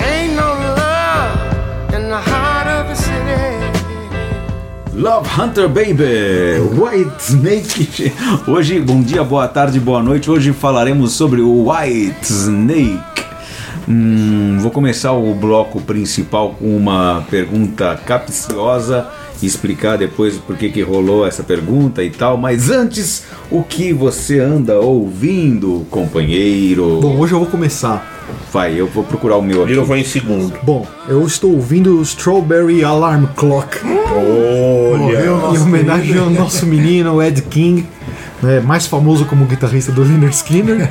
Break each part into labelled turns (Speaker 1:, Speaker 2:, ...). Speaker 1: Ain't no love in the heart of a city.
Speaker 2: Love Hunter Baby, White Snake. Hoje, bom dia, boa tarde, boa noite. Hoje falaremos sobre o White Snake. Hum, vou começar o bloco principal com uma pergunta capciosa, explicar depois por que que rolou essa pergunta e tal. Mas antes, o que você anda ouvindo, companheiro?
Speaker 3: Bom, hoje eu vou começar.
Speaker 2: Vai, eu vou procurar o meu aqui.
Speaker 4: Little foi em segundo.
Speaker 3: Bom, eu estou ouvindo o Strawberry Alarm Clock.
Speaker 4: Olha.
Speaker 3: Morreu em homenagem ao nosso menino, o Ed King, né, mais famoso como guitarrista do Leonard Skinner.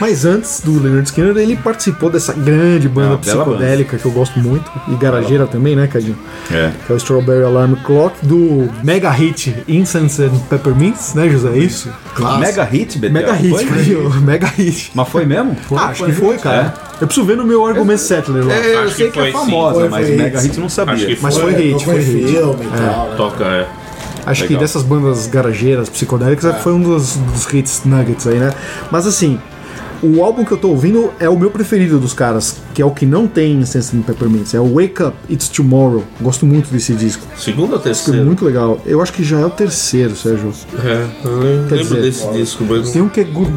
Speaker 3: Mas antes do Leonard Skinner, ele participou dessa grande banda
Speaker 2: Ah, bela
Speaker 3: psicodélica que eu gosto muito, e garageira também, né, Cadinho?
Speaker 2: É.
Speaker 3: Que é o Strawberry Alarm Clock, do mega hit Incense and Peppermints, né, José? É isso?
Speaker 2: Mega hit, Betel.
Speaker 3: Mega
Speaker 2: É, Foi?
Speaker 3: hit, Cadinho. Mega hit.
Speaker 2: Mas foi mesmo?
Speaker 3: Ah, acho que foi, cara. Eu preciso ver no meu argumento settler lá.
Speaker 2: É, eu
Speaker 4: Acho
Speaker 2: sei
Speaker 4: que
Speaker 2: que, é
Speaker 4: foi, sim.
Speaker 2: famosa,
Speaker 5: Foi,
Speaker 2: mas
Speaker 5: foi
Speaker 2: Mega
Speaker 5: isso.
Speaker 2: Hit não sabia.
Speaker 4: Acho que
Speaker 3: Mas foi
Speaker 5: Não
Speaker 3: hit, foi hit.
Speaker 5: filme e tal, né?
Speaker 4: Toca, é.
Speaker 3: Acho
Speaker 4: Legal. É.
Speaker 3: que dessas bandas garageiras, psicodélicas, foi um dos, dos hits nuggets aí, né? Mas assim, o álbum que eu tô ouvindo é o meu preferido dos caras, que é o que não tem Incense and Peppermints, é o Wake Up, It's Tomorrow. Gosto muito desse disco,
Speaker 4: Segundo ou
Speaker 3: é
Speaker 4: terceiro?
Speaker 3: muito legal. Eu acho que já é o terceiro, Sérgio.
Speaker 4: É, eu lembro
Speaker 3: Quer dizer,
Speaker 4: desse disco, mas
Speaker 3: Tem um que é Good,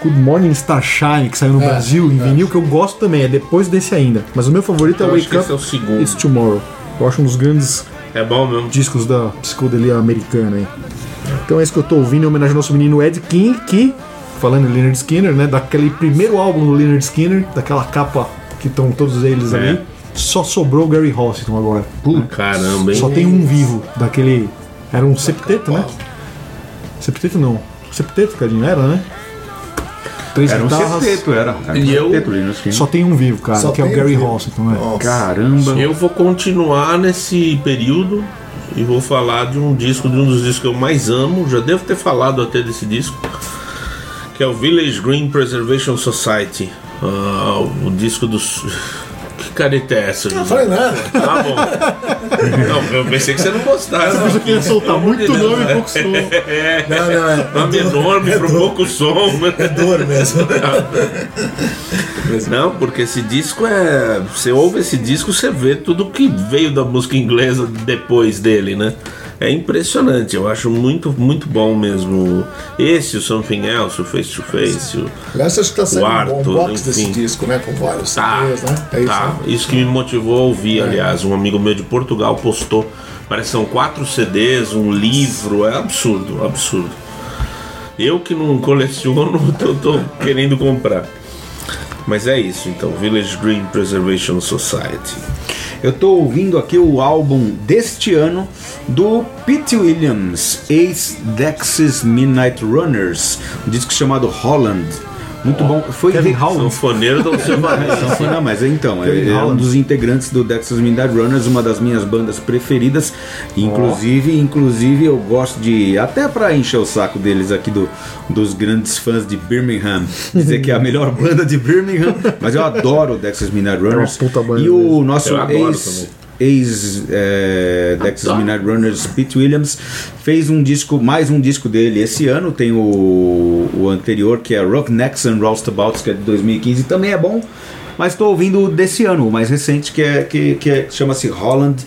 Speaker 3: Good Morning Starshine, que saiu no Brasil, em vinil, que eu gosto também, é depois desse ainda. Mas o meu favorito é
Speaker 4: eu acho que
Speaker 3: Wake
Speaker 4: esse é o
Speaker 3: Up,
Speaker 4: segundo.
Speaker 3: It's Tomorrow. Eu acho um dos grandes
Speaker 4: É bom mesmo.
Speaker 3: discos da psicodelia americana aí. Então é isso que eu tô ouvindo em homenagem ao nosso menino Ed King, que, falando em Leonard Skinner, né, daquele primeiro álbum do Leonard Skinner, daquela capa que estão todos eles
Speaker 4: É.
Speaker 3: ali, só sobrou o Gary Rossington agora.
Speaker 4: Caramba, hein?
Speaker 3: Hum. Só tem um vivo daquele. Era um septeto, né? Septeto não. Septeto, cadinho, era, né? Três
Speaker 2: Era um
Speaker 3: guitarras.
Speaker 2: septeto, era. Era um
Speaker 4: E eu-
Speaker 2: septeto, Linus Skinner.
Speaker 3: Só tem um vivo, cara,
Speaker 5: Só
Speaker 3: que é o
Speaker 5: tem um
Speaker 3: Gary
Speaker 5: vivo.
Speaker 3: Rossington, né?
Speaker 5: Nossa.
Speaker 2: Caramba.
Speaker 4: Eu vou continuar nesse período e vou falar de um disco, de um dos discos que eu mais amo. Já devo ter falado até desse disco, que é o Village Green Preservation Society. Ah, o disco dos. Que careta é essa?
Speaker 5: Não falei nada.
Speaker 4: Tá bom. Não, eu pensei que você não gostasse. é.
Speaker 3: Eu queria soltar muito nome e pouco som.
Speaker 5: Não, não, é.
Speaker 4: Nome enorme,
Speaker 5: é
Speaker 4: pro
Speaker 5: dor-
Speaker 4: pouco som.
Speaker 5: É dor mesmo.
Speaker 4: Não, porque esse disco é. Você ouve esse disco, você vê tudo que veio da música inglesa depois dele, né? É impressionante, eu acho muito, muito bom mesmo. Esse, o Something Else, o Face to Face. O...
Speaker 5: Aliás, acho que tá saindo um
Speaker 4: Quarto,
Speaker 5: bom box desse
Speaker 4: enfim.
Speaker 5: disco, né? Com vários
Speaker 4: Tá,
Speaker 5: CDs, né? É isso.
Speaker 4: tá.
Speaker 5: né? É.
Speaker 4: Isso que me motivou a ouvir, aliás. Um amigo meu de Portugal postou. Parece que são quatro CDs, um livro. É absurdo, absurdo. Eu que não coleciono, tô, tô querendo comprar. Mas é isso, então. Village Green Preservation Society.
Speaker 2: Eu tô ouvindo aqui o álbum deste ano do Pete Williams, ex-Dexys Midnight Runners, um disco chamado Holland. Muito bom. Foi
Speaker 3: Kevin Howland.
Speaker 4: Sanfoneiro da
Speaker 2: É,
Speaker 4: Observação.
Speaker 2: então foi- não, mas então, ele é um dos integrantes do Dexys Midnight Runners, uma das minhas bandas preferidas. Inclusive, inclusive eu gosto de, até pra encher o saco deles aqui do, dos grandes fãs de Birmingham, dizer que é a melhor banda de Birmingham, mas eu adoro o Dexys Midnight Runners.
Speaker 3: É puta banda
Speaker 2: e o
Speaker 3: mesmo.
Speaker 2: nosso
Speaker 4: Eu adoro
Speaker 2: ex ex é, Dexys Midnight Runners Pete Williams fez um disco mais um disco dele esse ano tem o, o anterior que é Roughnecks and Roustabouts que é de 2015 também é bom mas estou ouvindo o desse ano o mais recente que é que, que é- chama-se Holland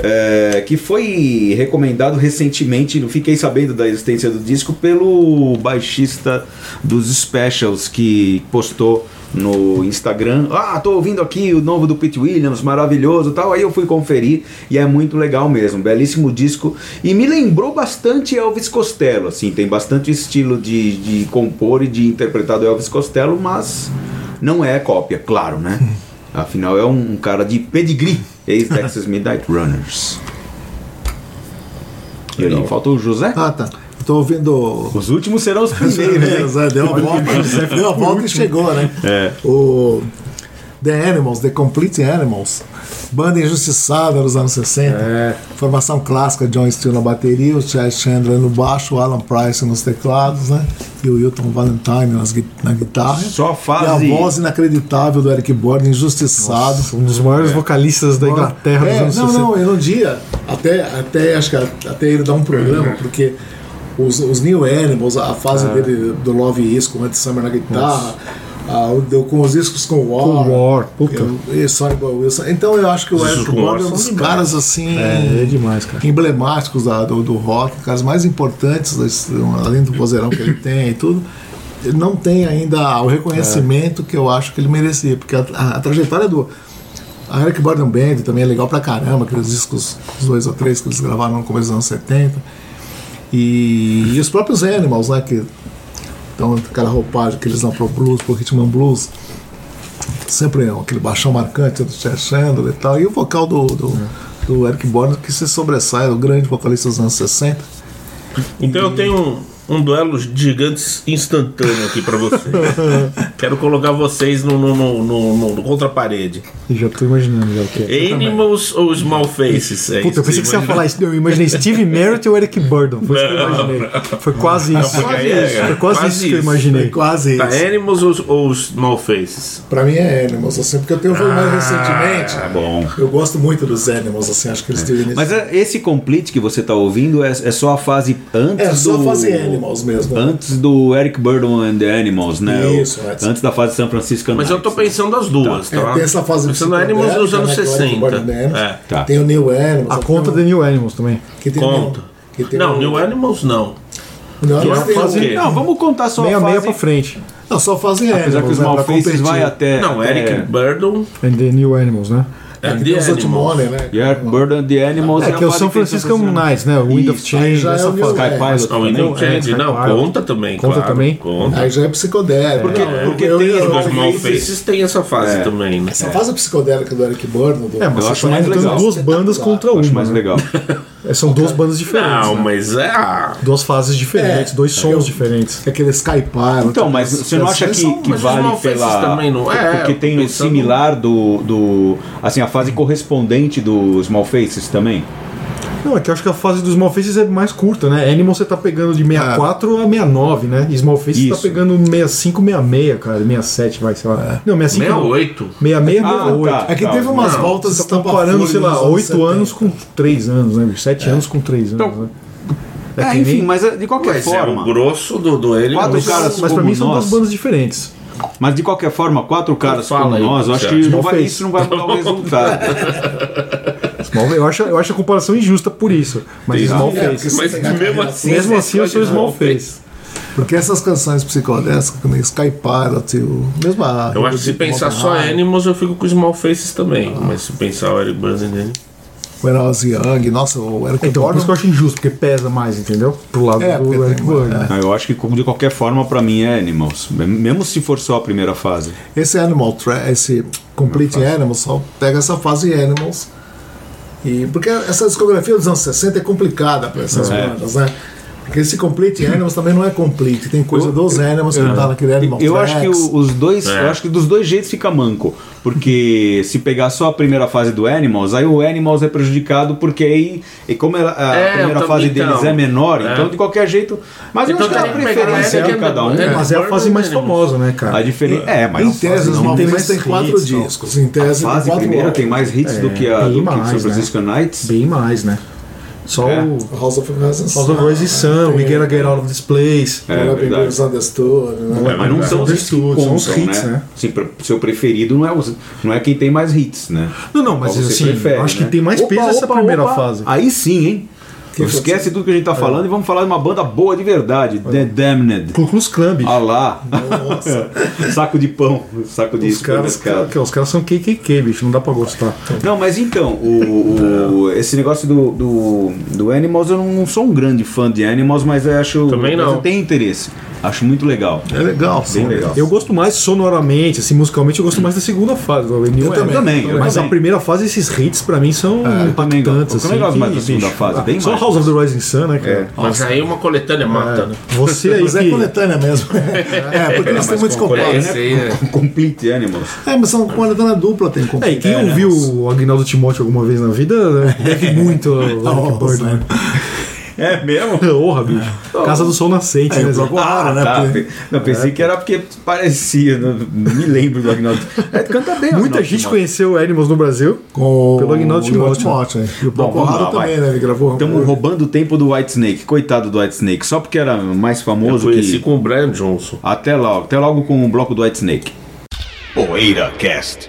Speaker 2: é, que foi recomendado recentemente, não fiquei sabendo da existência do disco, pelo baixista dos Specials que postou no Instagram. Ah, tô ouvindo aqui o novo do Pete Williams, maravilhoso e tal. Aí eu fui conferir e é muito legal mesmo, belíssimo disco. E me lembrou bastante Elvis Costello, assim, tem bastante estilo de, de compor e de interpretar do Elvis Costello, mas não é cópia, claro, né? Afinal, é um cara de pedigree, ex-Texas Midnight Runners. E aí, faltou o José?
Speaker 5: Ah, tá. Eu tô ouvindo.
Speaker 2: Os últimos serão os primeiros, hein?
Speaker 4: É.
Speaker 5: Beleza, deu uma volta, deu uma volta e chegou, né? O, The Animals, The Complete Animals. Banda injustiçada dos anos 60.
Speaker 2: É.
Speaker 5: Formação clássica, John Steele na bateria, o Chad Chandler no baixo, o Alan Price nos teclados, né? E o Hilton Valentine nas, gui- na guitarra.
Speaker 2: Só fase-
Speaker 5: E a voz inacreditável do Eric Borden, injustiçado.
Speaker 3: Um dos
Speaker 4: É.
Speaker 3: maiores vocalistas da Inglaterra
Speaker 5: É,
Speaker 3: dos anos
Speaker 5: não,
Speaker 3: 60.
Speaker 5: não, ele um dia, até, até acho que até ele dá um
Speaker 2: Uhum.
Speaker 5: programa, porque os, os New Animals, a fase
Speaker 2: É.
Speaker 5: dele do Love Is com Andy Summer na guitarra, ah, o- deu com os discos com War.
Speaker 3: Com War, puta.
Speaker 5: eu- E Sorry Boy Wilson. Então eu acho que o
Speaker 4: Os
Speaker 5: Eric
Speaker 4: discos com
Speaker 5: Borden é
Speaker 4: War
Speaker 5: um dos
Speaker 4: são demais.
Speaker 5: caras assim.
Speaker 3: É, é demais, cara.
Speaker 5: Emblemáticos da- do, do rock, caras mais importantes, das- um, além do vozeirão que ele tem e tudo. Ele não tem ainda o reconhecimento que eu acho que ele merecia, porque a- a- a trajetória do, a Eric Borden Band também é legal pra caramba, aqueles discos, os dois ou três que eles gravaram no começo dos anos 70. E, e os próprios Animals, né? Que então aquela roupagem que eles dão pro blues, pro Hitman Blues. Sempre é aquele baixão marcante do Chad Chandler e tal. E o vocal do, do, do Eric Borden que se sobressai, é o grande vocalista dos anos 60.
Speaker 4: Então eu tenho um, um duelo de gigantes instantâneo aqui pra vocês. Quero colocar vocês no, no, no, no, no contra-parede.
Speaker 3: Já tô imaginando já o que é.
Speaker 4: Animals ou Small Faces? É
Speaker 3: Puta, eu pensei que você ia falar isso. Eu imaginei Steve Merritt ou Eric Burden. Foi isso que eu imaginei. Foi quase isso.
Speaker 4: porque aí é-
Speaker 3: Foi quase
Speaker 4: quase
Speaker 3: isso que eu
Speaker 4: isso.
Speaker 3: imaginei.
Speaker 5: Quase
Speaker 4: Tá,
Speaker 5: isso.
Speaker 4: Animals ou, ou Small Faces?
Speaker 5: Pra mim é Animals, assim, porque eu tenho ouvido mais recentemente.
Speaker 2: Tá bom.
Speaker 5: Eu gosto muito dos Animals, assim, acho que eles têm
Speaker 2: Mas é- esse complete que você tá ouvindo é, é só a fase antes
Speaker 5: É, só
Speaker 2: do...
Speaker 5: fazer Animals mesmo. né?
Speaker 2: Antes do Eric Burden and the Animals, né?
Speaker 5: Isso,
Speaker 2: O-
Speaker 5: antes.
Speaker 2: antes da fase San Francisco
Speaker 4: Mas eu tô
Speaker 2: Nights,
Speaker 4: pensando as duas,
Speaker 5: É,
Speaker 4: tá?
Speaker 5: tem essa fase
Speaker 4: pensando Animals
Speaker 5: psicodélica,
Speaker 4: nos anos
Speaker 5: né, que é o Eric
Speaker 4: 60.
Speaker 5: Borden Band,
Speaker 4: É.
Speaker 2: Tá.
Speaker 5: Tem o New Animals.
Speaker 3: A conta
Speaker 5: tem
Speaker 3: de New Animals também.
Speaker 5: o- que tem o-
Speaker 4: Conta.
Speaker 5: que tem um-
Speaker 4: não,
Speaker 5: o-
Speaker 4: New Animals não.
Speaker 5: Não,
Speaker 4: Não,
Speaker 5: não, tem
Speaker 4: fase-
Speaker 5: o-
Speaker 4: é.
Speaker 2: assim, Não, vamos contar só
Speaker 3: Meia
Speaker 2: a
Speaker 3: meia
Speaker 2: fase...
Speaker 3: pra frente.
Speaker 5: não, só fazem
Speaker 2: Apesar que
Speaker 5: Animals,
Speaker 2: os
Speaker 5: né, pra
Speaker 2: Malfaces
Speaker 5: competir.
Speaker 2: vai até...
Speaker 4: Não,
Speaker 2: até-
Speaker 4: Eric Burden
Speaker 3: And the É, New Animals, né?
Speaker 4: é,
Speaker 5: que
Speaker 4: and
Speaker 5: tem
Speaker 4: The
Speaker 5: os
Speaker 4: Animals.
Speaker 5: Antimony, né?
Speaker 2: E Eric Burden and the Animals...
Speaker 3: É que é o
Speaker 2: a fase
Speaker 3: São
Speaker 2: que tem
Speaker 3: Francisco
Speaker 5: um
Speaker 3: Nights, né? O Wind of
Speaker 2: Isso.
Speaker 5: Aí
Speaker 3: Change,
Speaker 5: já é
Speaker 3: essa
Speaker 5: o New
Speaker 3: fase.
Speaker 2: Sky
Speaker 5: É.
Speaker 2: Pilot
Speaker 4: Não, e
Speaker 2: também.
Speaker 4: New Change,
Speaker 3: é,
Speaker 4: não,
Speaker 3: claro.
Speaker 4: conta também,
Speaker 3: Conta
Speaker 4: claro,
Speaker 3: também?
Speaker 4: Conta.
Speaker 5: Aí já é psicodélico.
Speaker 2: Porque-
Speaker 5: né?
Speaker 2: porque
Speaker 5: Eu-
Speaker 2: tem
Speaker 5: eu-
Speaker 2: os
Speaker 4: Os
Speaker 2: Small
Speaker 4: Small
Speaker 2: Faces.
Speaker 4: Faces tem essa fase
Speaker 2: É.
Speaker 4: também, né?
Speaker 5: Essa fase psicodélica do Eric Burden. Do...
Speaker 3: É, mas
Speaker 2: Eu
Speaker 3: você
Speaker 2: acho
Speaker 3: tá
Speaker 2: mais
Speaker 3: levantando
Speaker 2: legal.
Speaker 3: duas bandas contra
Speaker 2: Eu acho
Speaker 3: uma.
Speaker 2: mais
Speaker 3: né?
Speaker 2: legal.
Speaker 3: É, São duas bandas diferentes.
Speaker 4: Não,
Speaker 3: né?
Speaker 4: mas é. ah,
Speaker 3: Duas fases diferentes,
Speaker 5: É.
Speaker 3: dois sons diferentes. É
Speaker 5: Aquele Sky Pilot.
Speaker 2: Então, mas você não acha que, que
Speaker 4: mas os
Speaker 2: vale
Speaker 4: Malfaces
Speaker 2: pela.
Speaker 4: também não- é,
Speaker 2: porque tem o
Speaker 4: pensando-
Speaker 2: similar do, do. Assim, a fase correspondente do Small Faces também?
Speaker 3: Não, é que eu acho que a fase dos Small Faces é mais curta, né? Animal você tá pegando de 64 a 69, né? E Small Faces
Speaker 2: Ah. Isso. É.
Speaker 3: tá pegando 65, 66, cara. 67, vai, sei lá. Não, 65.
Speaker 4: 68.
Speaker 3: 66,
Speaker 2: Ah,
Speaker 3: 68.
Speaker 2: tá.
Speaker 5: É que teve umas voltas
Speaker 3: Você tá
Speaker 5: estampa
Speaker 3: comparando,
Speaker 5: folha
Speaker 3: sei lá,
Speaker 5: dos anos
Speaker 3: 8
Speaker 5: 70.
Speaker 3: anos com 3 anos, né? 7 anos com 3
Speaker 2: Então,
Speaker 3: anos, né?
Speaker 2: É,
Speaker 3: que
Speaker 2: enfim,
Speaker 3: nem-
Speaker 2: mas é, de qualquer
Speaker 4: Mas é o
Speaker 2: forma.
Speaker 4: grosso do, do ele.
Speaker 2: Quatro
Speaker 4: mas-
Speaker 2: caras
Speaker 3: Mas pra
Speaker 2: como
Speaker 3: mim são
Speaker 2: nós.
Speaker 3: duas bandas diferentes.
Speaker 2: Mas de qualquer forma, quatro caras
Speaker 4: Fala
Speaker 2: como
Speaker 4: aí,
Speaker 2: nós, eu acho
Speaker 4: Sérgio.
Speaker 2: que não
Speaker 3: Small
Speaker 2: vai,
Speaker 3: Faces.
Speaker 2: isso não vai mudar o resultado.
Speaker 3: Small- eu, acho, eu acho a comparação injusta por isso. Mas
Speaker 2: Tem
Speaker 3: Small
Speaker 2: razão.
Speaker 3: Faces.
Speaker 4: Mas mesmo assim.
Speaker 3: Mesmo
Speaker 4: você
Speaker 3: assim, eu sou
Speaker 4: escolhe
Speaker 3: Small
Speaker 4: Small
Speaker 3: Face.
Speaker 5: Porque essas canções psicodélicas, como Sky Pilot, o... mesmo a...
Speaker 4: Eu acho que se pensar só Animals, eu fico com os Small Faces também. Mas se pensar o Eric Burns dele.
Speaker 5: When I Was Young, nossa, o Eric
Speaker 3: Então, por
Speaker 5: Borden
Speaker 3: isso que eu acho injusto, porque pesa mais, entendeu? Pro lado
Speaker 5: É,
Speaker 3: do
Speaker 5: porque
Speaker 3: Eric
Speaker 5: tem-
Speaker 3: Burden.
Speaker 5: é.
Speaker 2: Ah, eu acho que como de qualquer forma, pra mim é Animals. Mem- Mesmo se for só a primeira fase.
Speaker 5: é, Esse Animal Tra esse Complete Animals, só pega essa fase Animals. E, porque essa discografia dos anos 60 é complicada para essas
Speaker 2: É.
Speaker 5: bandas, né? Porque esse Complete Animals também não é complete, tem coisa
Speaker 2: Eu-
Speaker 5: dos Animals que tá naquele Animal
Speaker 2: Eu acho que
Speaker 5: Tracks.
Speaker 2: o- os dois,
Speaker 4: É.
Speaker 2: eu acho que dos dois jeitos fica manco, porque se pegar só a primeira fase do Animals, aí o Animals é prejudicado porque aí, e como ela- a
Speaker 4: É,
Speaker 2: primeira
Speaker 4: eu
Speaker 2: fase
Speaker 4: também,
Speaker 2: deles
Speaker 4: então.
Speaker 2: é menor,
Speaker 4: É.
Speaker 2: então de qualquer jeito, mas
Speaker 4: Então
Speaker 2: eu acho que é a
Speaker 4: teria que pegar
Speaker 2: preferência
Speaker 4: essa
Speaker 2: de
Speaker 4: que é
Speaker 2: cada um.
Speaker 4: menor.
Speaker 3: Mas é a fase mais famosa, né, cara?
Speaker 2: A diferença é, mas
Speaker 5: Em
Speaker 2: a fase,
Speaker 5: tese, os
Speaker 2: não,
Speaker 3: tem
Speaker 5: Malvados
Speaker 3: mais
Speaker 5: tem quatro
Speaker 3: hits, não.
Speaker 5: discos. Em
Speaker 2: a
Speaker 5: tese,
Speaker 2: fase
Speaker 5: tem quatro
Speaker 2: primeira tem mais hits do que a
Speaker 3: É, bem
Speaker 2: do que o
Speaker 3: mais,
Speaker 2: São
Speaker 3: né?
Speaker 2: Francisco Knights.
Speaker 3: Bem mais, né? Só
Speaker 2: É.
Speaker 3: o
Speaker 5: House of House
Speaker 3: House of Rose e Sun, We Gotta Get Out of This Place.
Speaker 2: É, verdade.
Speaker 5: Understood, né?
Speaker 2: Mas não são os hits que
Speaker 3: São os
Speaker 2: contam,
Speaker 3: hits,
Speaker 2: né?
Speaker 3: né?
Speaker 2: Sim, pra- seu preferido não é, os- não é quem tem mais hits, né?
Speaker 3: Não, não, mas
Speaker 2: Qual você
Speaker 3: assim,
Speaker 2: prefere,
Speaker 3: acho
Speaker 2: né?
Speaker 3: que tem mais
Speaker 2: Opa,
Speaker 3: peso essa
Speaker 2: opa,
Speaker 3: primeira
Speaker 2: opa.
Speaker 3: fase.
Speaker 2: Aí sim, hein? Esquece tudo que a
Speaker 3: É.
Speaker 2: gente tá falando e vamos falar de uma banda boa de verdade, The Damned.
Speaker 3: Ku Klux Klan, bicho.
Speaker 2: Ah lá. saco de pão, saco de
Speaker 3: Os caras,
Speaker 2: supermercado.
Speaker 3: cara, os caras são KKK, bicho, não dá pra gostar.
Speaker 2: Não, mas então, o, o- esse negócio do, do, do Animals, eu não sou um grande fã de Animals, mas eu acho.
Speaker 4: Também
Speaker 2: mas
Speaker 4: não.
Speaker 2: Eu tenho interesse. Acho muito legal.
Speaker 5: É legal,
Speaker 2: Bem
Speaker 5: sim.
Speaker 2: legal.
Speaker 3: Eu gosto mais sonoramente, assim, musicalmente, eu gosto mais da segunda fase. Do New
Speaker 5: Eu também,
Speaker 2: também, eu
Speaker 3: mas
Speaker 2: também. É,
Speaker 3: a primeira fase, esses hits, pra mim, são
Speaker 2: eu também gosto.
Speaker 3: impactantes.
Speaker 2: Eu também
Speaker 3: assim,
Speaker 2: gosto mais da
Speaker 3: que,
Speaker 2: segunda
Speaker 3: bicho,
Speaker 2: fase,
Speaker 3: ah,
Speaker 2: bem
Speaker 3: Só
Speaker 2: mais.
Speaker 3: House of the Rising Sun, né, cara?
Speaker 4: Mas aí uma coletânea mata, né?
Speaker 3: Você aí
Speaker 5: Mas é
Speaker 3: que...
Speaker 5: coletânea mesmo. É, porque eles têm muitos
Speaker 4: É,
Speaker 5: compactos.
Speaker 4: esse aí, né?
Speaker 2: Complete Animals.
Speaker 5: É, mas são coletânea dupla, tem
Speaker 3: É,
Speaker 5: compacto.
Speaker 3: e quem ouviu o Agnaldo Timóteo alguma vez na vida né? deve muito ao Like Bird, né?
Speaker 2: É mesmo?
Speaker 3: Porra, bicho. Casa do Sol Nascente,
Speaker 5: É,
Speaker 3: né?
Speaker 5: eu
Speaker 3: Zé?
Speaker 5: troco raro, né?
Speaker 2: Tá,
Speaker 5: porque-
Speaker 2: pe- não, pensei que era porque parecia, não, não me lembro do Agnaldo. É, canta bem,
Speaker 3: Muita
Speaker 2: Agnaldo
Speaker 3: gente
Speaker 2: Timóteo.
Speaker 3: conheceu Animals no Brasil.
Speaker 5: Com
Speaker 3: Pelo Agnaldo Timóteo.
Speaker 5: Timóteo, né? E o
Speaker 2: Bom,
Speaker 5: Bom,
Speaker 2: vamos lá, vai.
Speaker 5: também, né? Ele gravou.
Speaker 2: Estamos roubando o tempo do White Snake. Coitado do White Snake. Só porque era mais
Speaker 4: Eu
Speaker 2: famoso que.
Speaker 4: conheci com o Brian Johnson.
Speaker 2: Até logo. Até logo com o bloco do White Snake.
Speaker 6: Poeira Cast.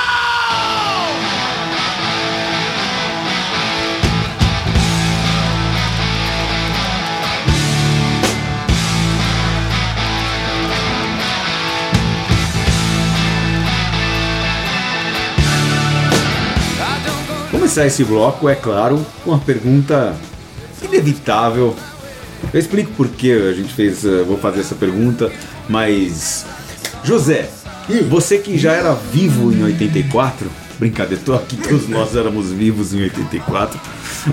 Speaker 2: Começar esse bloco, é claro, com uma pergunta inevitável. Eu explico por que a gente fez, eh, vou fazer essa pergunta, mas José, você que já era vivo em 84, brincadeira, tô aqui, todos nós éramos vivos em 84.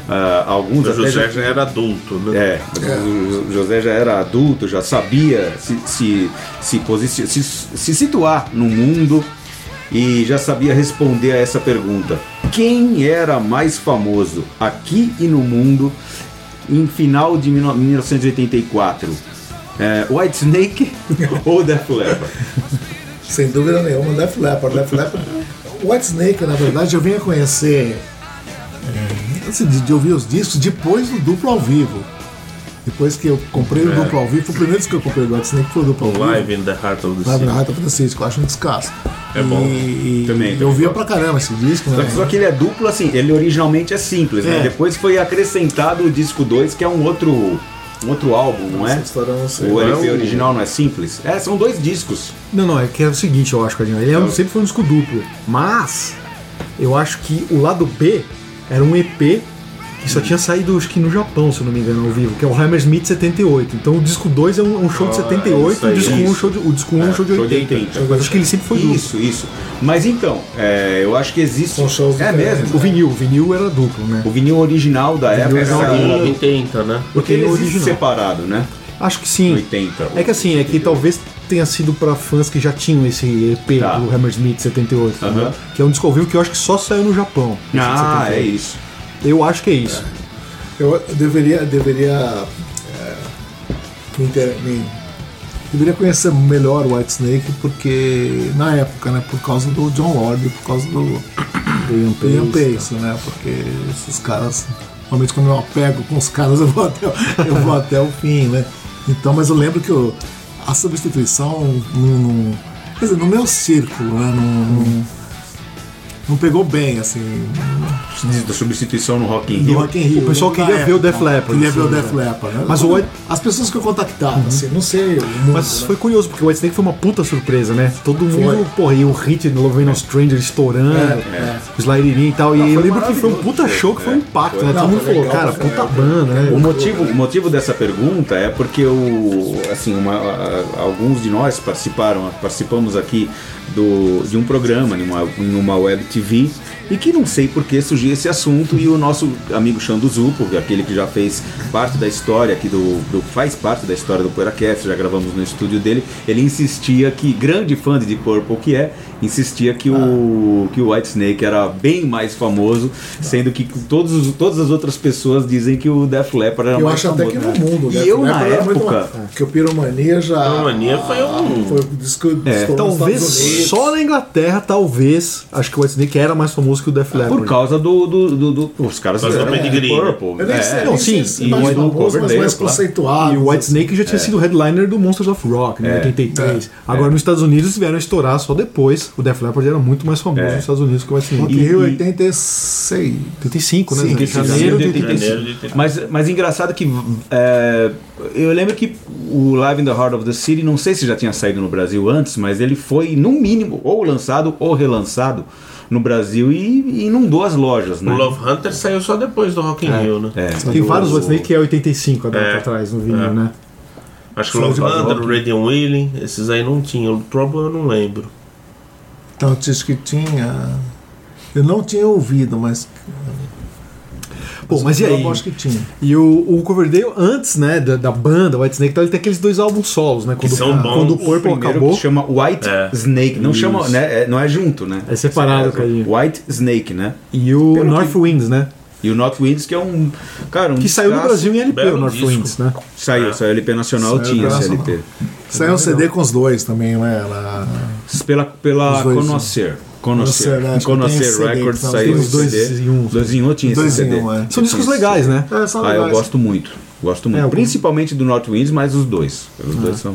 Speaker 2: ah, alguns
Speaker 4: O
Speaker 2: até
Speaker 4: José
Speaker 2: já-
Speaker 4: já era adulto, né?
Speaker 2: É, mas o Jo- José já era adulto, já sabia se, se, se, posici- se, se situar no mundo e já sabia responder a essa pergunta. Quem era mais famoso aqui e no mundo em final de 19- 1984? É, White Snake ou Def Leppard?
Speaker 5: Sem dúvida nenhuma, Def Leppard. Def Leppard. White Snake, na verdade, eu vim a conhecer, é, assim, de, de ouvir os discos depois do duplo ao vivo. Depois que eu comprei o duplo ao vivo, foi o primeiro disco que eu comprei do White Snake foi o duplo ao vivo.
Speaker 4: É, Live in the Heart of the
Speaker 5: Live
Speaker 4: Sea.
Speaker 5: na Rata Francisco, eu acho um descasso.
Speaker 4: É bom.
Speaker 5: E, e
Speaker 2: Também, também
Speaker 5: eu via pra caramba esse disco,
Speaker 2: Só
Speaker 5: né?
Speaker 2: que, só que ele é duplo assim, ele originalmente é simples, né?
Speaker 5: É.
Speaker 2: Depois foi acrescentado o disco 2, que é um outro, um outro álbum, não é?
Speaker 5: Essa história eu não sei.
Speaker 2: O LP
Speaker 4: É um-
Speaker 2: original não é simples? É, são dois discos.
Speaker 3: Não, não, é que é o seguinte, eu acho, Cadinho. Ele é um- sempre foi um disco duplo. Mas eu acho que o lado B era um EP que só tinha saído, acho que no Japão, se eu não me engano, ao vivo, que é o Hammersmith 78. Então o disco 2 é um, um show de 78,
Speaker 2: aí,
Speaker 3: o disco 1 um
Speaker 2: Ah, isso.
Speaker 3: é um show de, o disco um é, um show de 80. Mas acho que ele sempre foi duplo.
Speaker 2: Isso, isso. Mas então, é, eu acho que existe.
Speaker 5: São shows
Speaker 2: é
Speaker 5: diferentes,
Speaker 2: mesmo.
Speaker 3: O vinil, o vinil era duplo, né?
Speaker 2: O vinil original da época.
Speaker 3: original
Speaker 2: era-
Speaker 3: dele.
Speaker 4: Em 80, né?
Speaker 2: Porque ele
Speaker 3: O vinil
Speaker 2: existe
Speaker 3: é original.
Speaker 2: separado, né?
Speaker 3: Acho que sim.
Speaker 2: 80.
Speaker 3: É que assim, é que talvez tenha sido pra fãs que já tinham esse EP
Speaker 2: Tá.
Speaker 3: do Hammersmith 78, né?
Speaker 2: Aham.
Speaker 3: que é um disco ao vivo que eu acho que só saiu no Japão.
Speaker 2: Ah, é
Speaker 3: 78.
Speaker 2: isso.
Speaker 3: Eu acho que é isso.
Speaker 5: Eu deveria, deveria, é, me inter- me- deveria conhecer melhor o White Snake porque na época, né, por causa do John Lord, por causa do do Ian Pace, né, porque esses caras, normalmente quando eu apego com os caras eu vou até, eu vou até o fim, né. Então, mas eu lembro que eu- a substituição, num- num- quer dizer, no meu círculo, né, num- num- não pegou bem, assim,
Speaker 2: Da substituição no Rock in
Speaker 5: do
Speaker 2: Rio.
Speaker 5: Rock in Rio. né?
Speaker 3: O pessoal queria
Speaker 5: Na
Speaker 3: ver o
Speaker 5: época,
Speaker 3: Def Leppard,
Speaker 5: Queria
Speaker 3: assim,
Speaker 5: ver o
Speaker 3: né?
Speaker 5: Def Leppard, né?
Speaker 3: Mas o White-
Speaker 5: As pessoas que eu contactava, assim, não sei. o mundo,
Speaker 3: Mas
Speaker 5: né?
Speaker 3: foi curioso, porque o White Snake foi uma puta surpresa, né? Todo mundo, porra, e o hit do Love No Stranger estourando,
Speaker 2: é.
Speaker 3: o Sliderin e tal. E eu lembro que foi um puta show que foi um impacto, né? Todo mundo falou, cara, puta banda,
Speaker 2: O
Speaker 3: né?
Speaker 2: motivo, o motivo dessa pergunta é porque o, assim, uma- a- a- alguns de nós participaram, participamos aqui do, de um programa em uma, em uma web TV e que não sei por que surgiu esse assunto e o nosso amigo Xando Zupo, aquele que já fez parte da história aqui do, do- faz parte da história do PoeiraCast, já gravamos no estúdio dele, ele insistia que grande fã de Deep Purple que é, insistia que
Speaker 5: Ah.
Speaker 2: o que o White Snake era bem mais famoso, sendo que todos, os- todas as outras pessoas dizem que o Def Leppard era
Speaker 5: Eu
Speaker 2: mais
Speaker 5: acho
Speaker 2: famoso.
Speaker 5: até que no
Speaker 2: né?
Speaker 5: mundo, né?
Speaker 2: E eu na
Speaker 5: Porque era muito
Speaker 2: época,
Speaker 5: uma- Porque o Piromania já.
Speaker 4: Piromania foi um-
Speaker 5: Foi o disco que
Speaker 2: É,
Speaker 5: estourou nos
Speaker 3: Talvez
Speaker 5: Estados Unidos.
Speaker 3: só na Inglaterra, talvez. Acho que o White Snake era mais famoso que o Def Leppard.
Speaker 2: por causa do, do, do, do- os caras
Speaker 4: Mas do
Speaker 2: eram
Speaker 4: pedigree, né?
Speaker 2: Purple.
Speaker 5: Eu nem
Speaker 2: é,
Speaker 5: sei,
Speaker 3: não,
Speaker 5: nem
Speaker 3: sim,
Speaker 5: sei se
Speaker 2: e
Speaker 5: mais
Speaker 2: o do
Speaker 5: famoso, mas
Speaker 2: Coverdale,
Speaker 5: mais
Speaker 2: claro.
Speaker 5: conceituado. assim.
Speaker 3: E o White Snake já tinha sido headliner do Monsters of Rock, né, em 83. Agora, nos Estados Unidos, vieram estourar só depois. O Def Leppard era muito mais famoso nos Estados Unidos que o White Snake.
Speaker 5: Rock in Rio 86.
Speaker 3: 85, né?
Speaker 5: Sim,
Speaker 3: né?
Speaker 2: Em janeiro de 85.
Speaker 4: Janeiro de 85.
Speaker 2: Mas, mas engraçado que é, eu lembro que o Live in the Heart of the City, não sei se já tinha saído no Brasil antes, mas ele foi, no mínimo, ou lançado ou relançado no Brasil e, e inundou as lojas, né?
Speaker 4: O Love Hunter saiu só depois do Rock in Rio, né?
Speaker 2: É.
Speaker 3: Tem vários White Snake que é 85, a data
Speaker 4: É.
Speaker 3: atrás, no vinil, né?
Speaker 4: Acho que o Love
Speaker 5: Saiu de
Speaker 4: Hunter,
Speaker 5: Love.
Speaker 4: o Radiant Wheeling, esses aí não tinha. O Trouble eu não lembro.
Speaker 5: Então, diz que tinha. Eu não tinha ouvido, mas.
Speaker 3: Pô, mas e aí?
Speaker 5: Eu acho que tinha.
Speaker 3: E o, o Coverdale, antes, né, da, da banda White Snake, então ele tem aqueles dois álbuns solos, né? Quando,
Speaker 4: são bons.
Speaker 3: quando o
Speaker 2: O
Speaker 3: Purple
Speaker 2: primeiro
Speaker 3: acabou.
Speaker 2: que chama White
Speaker 4: É.
Speaker 2: Snake, não
Speaker 4: Isso.
Speaker 2: chama, né? É, não é junto, né?
Speaker 3: É separado, Caio.
Speaker 2: White Snake, né?
Speaker 3: E o
Speaker 2: Pelo
Speaker 3: North Winds, né?
Speaker 2: E o Not Winds, que é um. Cara, um
Speaker 3: Que saiu no
Speaker 2: descasso.
Speaker 3: Brasil em LP, o
Speaker 4: Belo
Speaker 3: North
Speaker 4: disco.
Speaker 3: Winds, né?
Speaker 2: Saiu, saiu LP Nacional,
Speaker 5: Saiu
Speaker 2: tinha esse
Speaker 5: nacional.
Speaker 2: LP.
Speaker 5: Saiu um CD com os dois também,
Speaker 3: é?
Speaker 5: né? Ela...
Speaker 2: Pela, pela
Speaker 5: Os dois,
Speaker 2: Conocer. Conocer.
Speaker 5: Conocer, né? Acho que tem
Speaker 2: Conocer
Speaker 5: esse CD,
Speaker 2: Records
Speaker 5: então,
Speaker 2: saiu
Speaker 5: tem
Speaker 3: os
Speaker 2: esse
Speaker 3: dois
Speaker 2: CD.
Speaker 3: em um.
Speaker 2: Dois em um tinha esse
Speaker 5: Dois em
Speaker 2: CD.
Speaker 5: um, é.
Speaker 3: São discos
Speaker 2: Tinha esse
Speaker 3: legais,
Speaker 2: CD.
Speaker 3: né?
Speaker 5: É, são
Speaker 2: Ah, eu
Speaker 5: legais. É,
Speaker 2: gosto muito. Gosto muito.
Speaker 3: algum-
Speaker 2: Principalmente do North Winds, mas os dois. Os dois são.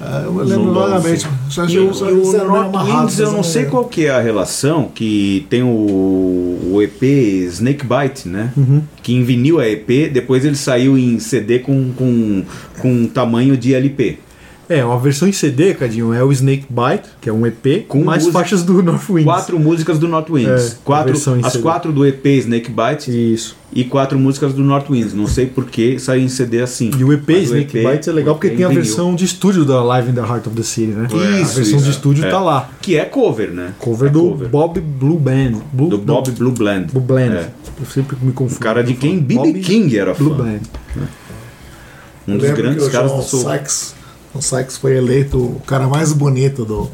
Speaker 5: Ah, eu lembro
Speaker 4: Não dá,
Speaker 5: vagamente. Já
Speaker 2: E o,
Speaker 5: já-
Speaker 2: e o
Speaker 5: já- já-
Speaker 2: North
Speaker 5: amarrado,
Speaker 2: Winds, eu
Speaker 5: mas
Speaker 2: não sei
Speaker 5: lembro.
Speaker 2: qual que é a relação que tem o, o EP Snake Bite, né?
Speaker 5: Uhum.
Speaker 2: Que em vinil é EP, depois ele saiu em CD com, com, com tamanho de LP.
Speaker 3: É, uma versão em CD, Cadinho, é o Snake Bite, que é um EP,
Speaker 2: Com
Speaker 3: com mais
Speaker 2: música-
Speaker 3: faixas do North Winds.
Speaker 2: Quatro músicas do North Winds.
Speaker 3: É,
Speaker 2: quatro,
Speaker 3: a versão em
Speaker 2: as
Speaker 3: CD.
Speaker 2: quatro do EP Snake Bite
Speaker 3: Isso.
Speaker 2: e quatro músicas do North Winds. Não sei por que saiu em CD assim.
Speaker 3: E o EP
Speaker 2: Mas
Speaker 3: Snake
Speaker 2: EP
Speaker 3: Bites é legal porque
Speaker 2: em
Speaker 3: tem a
Speaker 2: vinil.
Speaker 3: versão de estúdio da Live in the Heart of the City, né?
Speaker 2: Isso,
Speaker 3: a versão
Speaker 2: isso.
Speaker 3: de estúdio
Speaker 2: É.
Speaker 3: tá lá.
Speaker 2: Que é cover, né?
Speaker 3: Cover
Speaker 2: É
Speaker 3: do Bob Blue Band. Blue,
Speaker 2: Do Bob
Speaker 3: não,
Speaker 2: Blue Bland.
Speaker 3: Blue Bland.
Speaker 2: É.
Speaker 3: Eu sempre me confundo.
Speaker 2: Cara é de
Speaker 3: Eu falo
Speaker 2: quem B.B.
Speaker 3: Bob
Speaker 2: King era fã.
Speaker 3: Blue Band.
Speaker 2: Um dos
Speaker 5: Lembro que
Speaker 2: grandes
Speaker 5: o
Speaker 2: caras
Speaker 5: João
Speaker 2: do sul.
Speaker 5: Sykes, o Sykes foi eleito o cara mais bonito do,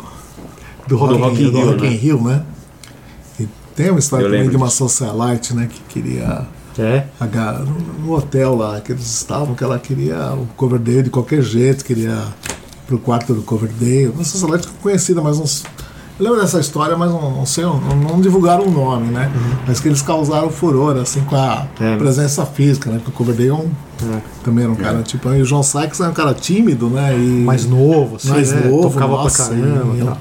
Speaker 5: do Rock,
Speaker 2: Rock
Speaker 5: in,
Speaker 2: in
Speaker 5: do
Speaker 2: Rio,
Speaker 5: Rock in
Speaker 2: né?
Speaker 5: Rio, né? E tem uma história
Speaker 2: Eu
Speaker 5: também
Speaker 2: lembro
Speaker 5: de uma socialite, né? Que queria...
Speaker 3: É.
Speaker 5: a ga- no no hotel lá que eles estavam, que ela queria o Coverdale de qualquer jeito, queria ir pro quarto do Coverdale. Uma socialite conhecida, mas não... s- Eu lembro dessa história, mas não, não sei, não, não divulgaram o nome, né? Mas que eles causaram furor, assim, com a
Speaker 3: Uhum. É.
Speaker 5: presença física, né? Porque o Coverdale é um- também era um cara, tipo, e o John Sykes era um cara tímido, né? E
Speaker 3: É. Mais novo, assim,
Speaker 5: mais
Speaker 3: né?
Speaker 5: novo,
Speaker 3: Tocava
Speaker 5: nossa,
Speaker 3: pra caramba.
Speaker 5: e
Speaker 3: e tal.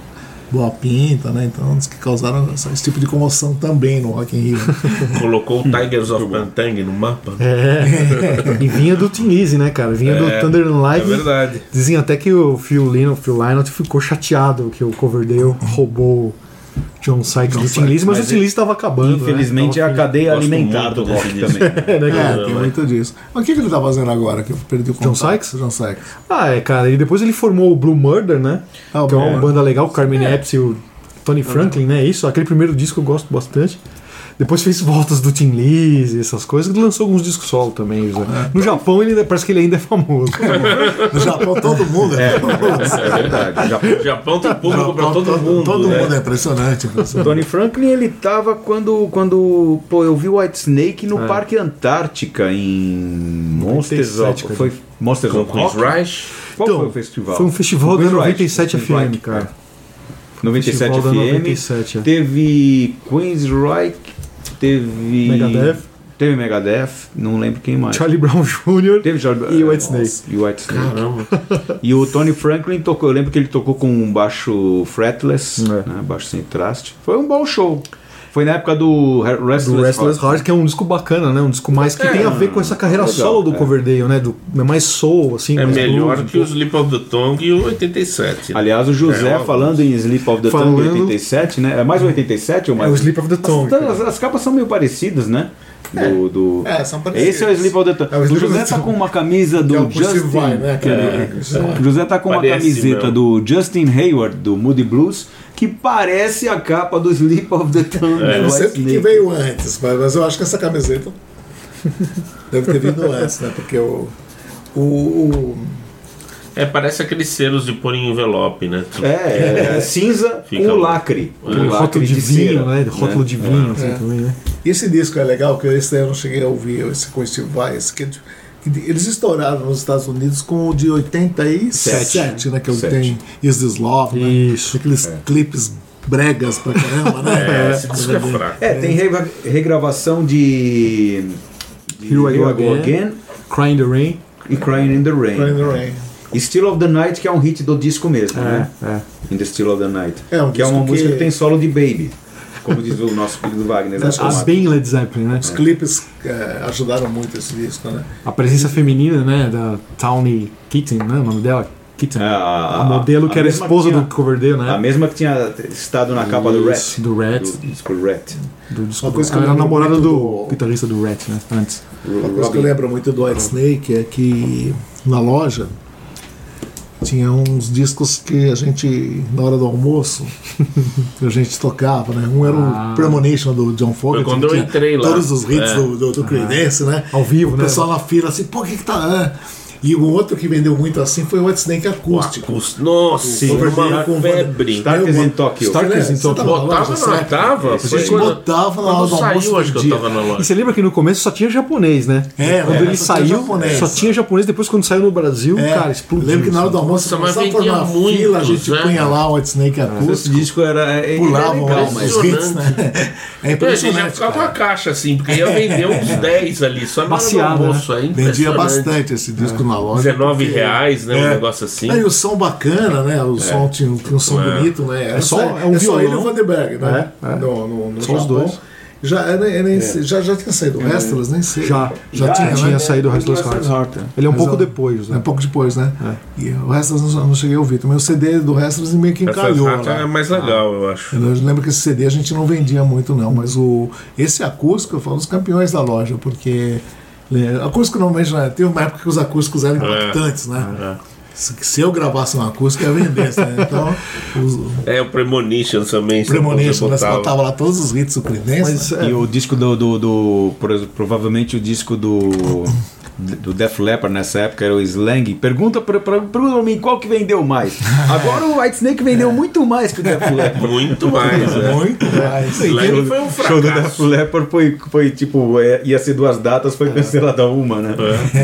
Speaker 5: Boa pinta, né? Então, diz que causaram essa- esse tipo de comoção também no Rock in Rio. né?
Speaker 4: Colocou o Tigers of Pantang no mapa.
Speaker 3: É. e vinha do Tim Lizzy, né, cara? Vinha do
Speaker 4: É,
Speaker 3: Thunderland
Speaker 4: É
Speaker 3: Live.
Speaker 4: verdade.
Speaker 3: Dizem até que o Phil Lynott, Phil Lynott ficou chateado que o Coverdale roubou o John Sykes do Tim Lizzy, mas,
Speaker 4: mas
Speaker 3: o Tim
Speaker 4: ele-
Speaker 3: Lizzy estava acabando. né?
Speaker 2: Infelizmente é
Speaker 3: Tava
Speaker 2: a cadeia
Speaker 4: Gosto
Speaker 2: alimentar
Speaker 4: muito
Speaker 2: do
Speaker 4: desse
Speaker 2: rock
Speaker 4: disco.
Speaker 2: também.
Speaker 3: É, né, cara?
Speaker 5: É, tem muito disso. Mas o que, que ele tá fazendo agora que eu perdi o contato?
Speaker 3: Sykes?
Speaker 5: John Sykes.
Speaker 3: Ah, é, cara. E depois ele formou o Blue Murder, né?
Speaker 5: Ah, o
Speaker 3: que é uma
Speaker 5: Blue
Speaker 3: banda legal, Carmen Epps e o Tony Franklin, né? Isso, aquele primeiro disco eu gosto bastante. Depois fez voltas do Tim Lizzy, essas coisas. e Lançou alguns discos solo também. José.
Speaker 2: É.
Speaker 3: No Japão, ele ainda- parece que ele ainda é famoso.
Speaker 5: No Japão todo mundo é.
Speaker 2: É verdade. Já-
Speaker 4: O Japão tem
Speaker 5: No
Speaker 4: público pra
Speaker 5: Japão,
Speaker 4: todo mundo.
Speaker 5: Todo
Speaker 4: né?
Speaker 5: mundo é impressionante. impressionante.
Speaker 2: Tony Franklin, ele tava quando, quando pô, eu vi o White Snake no Parque Antártica em Monsters
Speaker 3: 97,
Speaker 2: of,
Speaker 3: cara.
Speaker 2: foi
Speaker 5: é
Speaker 2: Monsters
Speaker 4: Com
Speaker 2: of
Speaker 4: Chris
Speaker 2: Rock.
Speaker 4: Reich.
Speaker 2: Qual
Speaker 3: Então,
Speaker 2: foi o festival?
Speaker 3: Foi um festival
Speaker 2: Foi
Speaker 3: da
Speaker 2: Chris Rock,
Speaker 3: 97
Speaker 2: Chris Rock,
Speaker 3: FM, cara.
Speaker 2: 97
Speaker 3: Festival da
Speaker 2: FM.
Speaker 3: 97, é.
Speaker 2: Teve Queens Reich, teve
Speaker 3: Megadeth.
Speaker 2: teve Megadeth, não lembro quem mais.
Speaker 3: Charlie Brown Jr.
Speaker 2: é. Teve Charlie
Speaker 3: E White Snake.
Speaker 2: E White Snake.
Speaker 4: Caramba.
Speaker 2: E o Tony Franklin tocou, eu lembro que ele tocou com um baixo fretless,
Speaker 3: É.
Speaker 2: né, baixo sem traste. Foi um bom show. Foi na época do Re- Restless,
Speaker 3: do Restless
Speaker 2: Heart.
Speaker 3: Heart, que é um disco bacana, né? Um disco mais que tem a ver com essa carreira
Speaker 2: É. legal,
Speaker 3: solo do
Speaker 2: é.
Speaker 3: Coverdale, né? Do, é mais soul, assim.
Speaker 4: É
Speaker 3: mais
Speaker 4: melhor
Speaker 3: blues,
Speaker 4: que o Slip of the Tongue e o 87. né?
Speaker 2: Aliás, o José
Speaker 4: É, ó,
Speaker 2: falando em Sleep of the Tongue
Speaker 3: Falando-
Speaker 2: 87, né? É mais 87 ou
Speaker 3: É
Speaker 2: mais?
Speaker 3: o Sleep of the Tongue.
Speaker 2: As, as- as capas são meio parecidas, né? Do, do...
Speaker 5: É, são parecidas.
Speaker 2: Esse é o Sleep of the Tongue.
Speaker 5: É o Sleep
Speaker 2: o José
Speaker 5: of the
Speaker 2: tá
Speaker 5: Tongue.
Speaker 2: com uma camisa do
Speaker 3: um
Speaker 5: Que é o Pussy
Speaker 2: Justin.
Speaker 5: Vai, né? Aquele-
Speaker 3: É,
Speaker 2: O José tá com uma
Speaker 4: Parece
Speaker 2: camiseta
Speaker 4: mesmo.
Speaker 2: do Justin Hayward, do Moody Blues, que parece a capa do Sleep of the Tongue.
Speaker 5: Eu
Speaker 4: É.
Speaker 2: do
Speaker 5: não sei o
Speaker 2: White
Speaker 5: que que
Speaker 2: Snake.
Speaker 5: veio antes, mas mas eu acho que essa camiseta deve ter vindo antes, né? Porque o. o, o
Speaker 4: É, parece aqueles selos de pôr em envelope, né? Tu-
Speaker 2: É, é, cinza
Speaker 4: Fica
Speaker 2: com
Speaker 4: um-
Speaker 2: lacre. Um
Speaker 3: Aquele rótulo
Speaker 2: lacre
Speaker 3: de,
Speaker 2: de,
Speaker 3: vinho,
Speaker 2: cera,
Speaker 3: né? Rótulo
Speaker 2: É.
Speaker 3: de vinho, assim, também, né?
Speaker 5: E esse disco é legal, que esse daí eu não cheguei a ouvir, esse com esse Vice, que, que eles estouraram nos Estados Unidos com o de 87, né? Que eu
Speaker 2: Sete.
Speaker 5: tenho Is This Love, né?
Speaker 3: Isso.
Speaker 5: Aqueles clipes bregas pra caramba, né?
Speaker 4: É, esse disco é fraco.
Speaker 2: É, tem regra- regravação de. de
Speaker 3: Here I Go Again. Cry in the Rain.
Speaker 2: e Crying in the
Speaker 5: Rain in
Speaker 2: Rain.
Speaker 5: the Rain.
Speaker 2: E Still of the Night, que é um hit do disco mesmo, né?
Speaker 3: É, é.
Speaker 2: In the Still of the Night.
Speaker 5: É, um
Speaker 2: que é
Speaker 5: disco
Speaker 2: uma
Speaker 5: que-
Speaker 2: música que tem solo de Baby. Como diz o nosso querido Wagner. né?
Speaker 5: Acho
Speaker 3: Ah, bem Led Zeppelin, né?
Speaker 5: Os clipes eh, ajudaram muito esse disco, né?
Speaker 3: A presença feminina, né? Da Tawny Kitten, né? O nome dela? Kitten.
Speaker 2: É, a-
Speaker 3: a modelo
Speaker 2: a-
Speaker 3: que era
Speaker 2: a mesma
Speaker 3: esposa
Speaker 2: que tinha-
Speaker 3: do Coverdale, né?
Speaker 2: A mesma que tinha estado na capa do Rat.
Speaker 3: Isso, do Rat.
Speaker 2: Do disco Rat.
Speaker 3: Do disco.
Speaker 5: Uma coisa que
Speaker 3: Ela
Speaker 5: eu
Speaker 3: era
Speaker 5: lembro
Speaker 3: namorada
Speaker 5: muito
Speaker 3: do
Speaker 5: do-
Speaker 3: guitarrista do Rat, né? Antes.
Speaker 5: Uma coisa que eu lembro muito do White Snake é que na loja tinha uns discos que a gente, na hora do almoço, a gente tocava, né? Um era o Premonition do John
Speaker 4: Foi
Speaker 5: Fogerty.
Speaker 4: quando eu
Speaker 5: que tinha
Speaker 4: entrei lá.
Speaker 5: Todos os hits
Speaker 4: É.
Speaker 5: do, do, do Creedence, né?
Speaker 3: Ao vivo,
Speaker 5: o
Speaker 3: né?
Speaker 5: pessoal na fila assim, pô, o que que tá... né? E um outro que vendeu muito assim foi o White Snake acústico.
Speaker 4: Acústico. Nossa, uma
Speaker 5: com-
Speaker 4: febre.
Speaker 2: Starkers
Speaker 5: Eu-
Speaker 2: in Tokyo.
Speaker 3: Starkers in
Speaker 5: Você tava
Speaker 3: Tokyo.
Speaker 5: na loja, tá
Speaker 4: Botava, não
Speaker 5: certo?
Speaker 4: tava?
Speaker 5: A gente botava na hora do almoço
Speaker 4: saiu,
Speaker 5: do
Speaker 4: acho que eu
Speaker 5: dia.
Speaker 4: tava na
Speaker 3: E
Speaker 4: loja. Então,
Speaker 3: você lembra que no começo só tinha japonês, né?
Speaker 5: É,
Speaker 3: quando
Speaker 5: é,
Speaker 3: ele
Speaker 5: só tinha
Speaker 3: saiu,
Speaker 5: japonês.
Speaker 3: só tinha japonês. Depois, quando saiu no Brasil,
Speaker 5: É,
Speaker 3: cara, explodiu.
Speaker 5: Lembro que na hora do almoço,
Speaker 4: Nossa, mas
Speaker 5: começava por uma
Speaker 4: vendia
Speaker 5: fila, a
Speaker 4: muitos,
Speaker 5: gente
Speaker 4: né?
Speaker 5: punha lá o White Snake
Speaker 2: Esse
Speaker 5: acústico.
Speaker 2: disco era. ele era
Speaker 3: é
Speaker 5: pulavam
Speaker 2: legal,
Speaker 5: lá
Speaker 2: mas-
Speaker 5: os hits, né?
Speaker 4: Eu, a gente já
Speaker 5: É impressionante.
Speaker 4: ficava com a
Speaker 5: cara. É.
Speaker 4: caixa assim, porque ia vender uns 10 ali, só na hora do
Speaker 3: Passeada,
Speaker 4: almoço. É
Speaker 5: né? Vendia
Speaker 4: impressionante.
Speaker 5: bastante esse
Speaker 3: É.
Speaker 5: disco na loja.
Speaker 4: 19
Speaker 5: porque-
Speaker 4: reais, né? Um
Speaker 5: É.
Speaker 4: negócio assim.
Speaker 5: Aí o som bacana, né? O som tinha, um- tinha um som
Speaker 4: É.
Speaker 5: bonito, né? Era
Speaker 3: só- é um
Speaker 5: era só ele e o
Speaker 3: violão.
Speaker 5: Vandenberg, né?
Speaker 3: É, é.
Speaker 5: No, no, no
Speaker 3: Só os
Speaker 5: Japão.
Speaker 3: dois. É.
Speaker 5: Já, era- era esse- já, já tinha saído o Restless, nem sei.
Speaker 3: Já, já,
Speaker 5: já
Speaker 3: tinha,
Speaker 5: tinha,
Speaker 3: tinha
Speaker 5: né?
Speaker 3: saído o Restless
Speaker 2: Restless
Speaker 3: Heart.
Speaker 2: Heart, é.
Speaker 3: Ele é um
Speaker 5: Mas
Speaker 3: pouco
Speaker 5: eu-
Speaker 3: depois,
Speaker 5: É
Speaker 3: né? É.
Speaker 5: pouco depois, né? E o Restless eu não, não cheguei a ouvir. Também o CD do Restless meio que
Speaker 4: Essa
Speaker 5: encalhou.
Speaker 4: Rata
Speaker 5: né?
Speaker 4: é mais legal, eu acho.
Speaker 5: Eu lembro que esse CD a gente não vendia muito, não, mas o, esse acústico foi um dos campeões da loja, porque. né, Acústico normalmente, né, teve uma época que os acústicos eram impactantes, né? Se, se eu gravasse um acústico, ia vender, né? Então, os
Speaker 4: É, o Premonition também. você
Speaker 5: Premonition, né? Você
Speaker 4: botava.
Speaker 5: botava lá todos os hits do Creedence,
Speaker 3: Mas,
Speaker 5: né?
Speaker 3: é,
Speaker 2: E o disco do. do, do- pro- provavelmente o disco do. Do Def Leppard nessa época era o Slang. Pergunta pra, pra, pergunta pra mim qual que vendeu mais. Agora o White Snake
Speaker 3: É.
Speaker 2: vendeu muito mais que o Def Leppard.
Speaker 4: Muito mais, né?
Speaker 5: Muito mais.
Speaker 4: Slang foi um
Speaker 2: O show do Def
Speaker 4: fracasso.
Speaker 2: Leppard foi, foi tipo, é, ia ser duas datas, foi cancelada uma, né?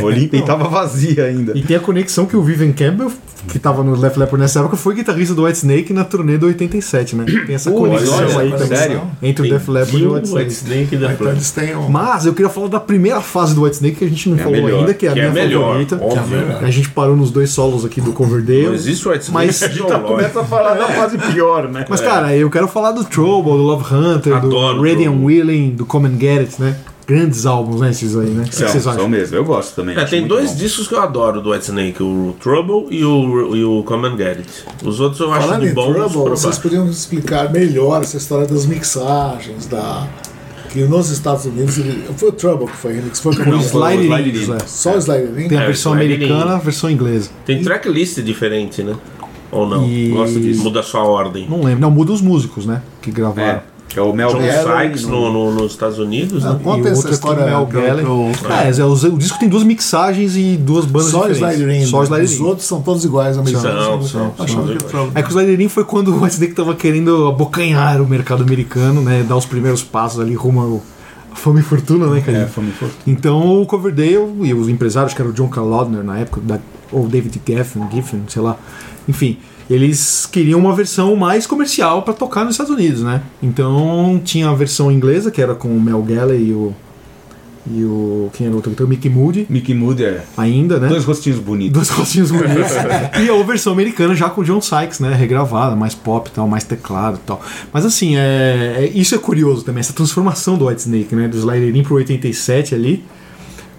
Speaker 2: O Olympia e tava vazia ainda.
Speaker 3: Então. E tem a conexão que o Vivian Campbell, que tava no Left Leppard nessa época, foi guitarrista do Whitesnake na turnê do 87, né? Tem essa
Speaker 5: olha,
Speaker 3: conexão aí também.
Speaker 2: sério?
Speaker 3: Entre o Def Leppard e o Whitesnake.
Speaker 4: Snake da
Speaker 5: Então eles têm um.
Speaker 3: Mas eu queria falar da primeira fase do Whitesnake que a gente não falou
Speaker 4: melhor,
Speaker 3: ainda, que é a
Speaker 4: que é
Speaker 3: minha
Speaker 4: melhor,
Speaker 3: favorita.
Speaker 4: óbvio.
Speaker 3: A gente parou nos dois solos aqui do Coverdale.
Speaker 4: Não existe o White Snake.
Speaker 3: Mas-
Speaker 4: é geológico.
Speaker 2: a falar da fase pior, né?
Speaker 3: Mas, cara, eu quero falar do Trouble, do Love Hunter,
Speaker 4: é. Adoro
Speaker 3: do
Speaker 4: o
Speaker 3: Ready and
Speaker 4: Trouble.
Speaker 3: Willing, do Come and Get It, né? Grandes álbuns, né? Esses aí, né? O que
Speaker 2: São,
Speaker 3: vocês
Speaker 2: são
Speaker 3: acham?
Speaker 2: mesmo, eu gosto também.
Speaker 4: É,
Speaker 2: acho
Speaker 4: tem
Speaker 2: muito
Speaker 4: dois
Speaker 2: bom.
Speaker 4: discos que eu adoro do White Snake, o Trouble e o, e o Come and Get It. Os outros eu acho
Speaker 5: Falando
Speaker 4: de
Speaker 5: em
Speaker 4: bons
Speaker 5: Trouble,
Speaker 4: pra
Speaker 5: vocês
Speaker 4: baixo.
Speaker 5: podiam explicar melhor essa história das mixagens, da. Que nos Estados Unidos ele- foi o Trouble que foi remix, foi o que
Speaker 3: O
Speaker 5: eu-
Speaker 3: Slide
Speaker 2: Slide
Speaker 3: Links,
Speaker 2: Links.
Speaker 3: é.
Speaker 5: Só o Slide Link?
Speaker 3: Tem a
Speaker 4: É,
Speaker 3: versão
Speaker 4: o Slide
Speaker 3: americana, a
Speaker 4: Links.
Speaker 3: versão inglesa.
Speaker 4: Tem tracklist diferente, né? Ou não?
Speaker 3: E-
Speaker 4: Gosto disso. Muda só a ordem.
Speaker 3: Não lembro. Não, muda os músicos, né? Que gravaram.
Speaker 2: É, que é o né? Mel
Speaker 4: John
Speaker 2: Allen
Speaker 4: Sykes no, no- nos Estados Unidos,
Speaker 5: Ah,
Speaker 4: né?
Speaker 5: Conta
Speaker 3: e
Speaker 5: essa
Speaker 3: outra que
Speaker 5: história
Speaker 3: é o Mel
Speaker 5: que eu-
Speaker 3: Gallagher.
Speaker 5: que eu-
Speaker 3: É, é, o, o disco tem duas mixagens e duas bandas
Speaker 5: Só o
Speaker 3: diferentes.
Speaker 5: Slide Ring.
Speaker 3: Só o Slide
Speaker 5: Os
Speaker 3: Ring.
Speaker 5: outros são todos iguais, americanos.
Speaker 4: São, são, são
Speaker 5: Achava que
Speaker 4: iguais.
Speaker 5: era-
Speaker 3: É que o Slide Ring foi quando o Whitesnake tava querendo abocanhar o mercado americano, né? Dar os primeiros passos ali rumo ao- à fama e fortuna, né, cara?
Speaker 2: É, fome e fortuna.
Speaker 3: Então o Coverdale e os empresários, que era o John Calaudner na época, da- ou David Geffen, Giffen, sei lá, enfim, eles queriam uma versão mais comercial para tocar nos Estados Unidos, né? Então tinha a versão inglesa, que era com o Mel Gallagher e o. E o. Quem era o outro? Então, o Mickey Moody,
Speaker 2: Mickey Moody é
Speaker 3: ainda, né?
Speaker 2: dois rostinhos bonitos.
Speaker 3: Dois rostinhos bonitos. e a versão americana já com o John Sykes, né? Regravada, mais pop e tal, mais teclado e tal. Mas assim, é, é- isso é curioso também, essa transformação do Whitesnake, né? Do Slider pro 87 ali.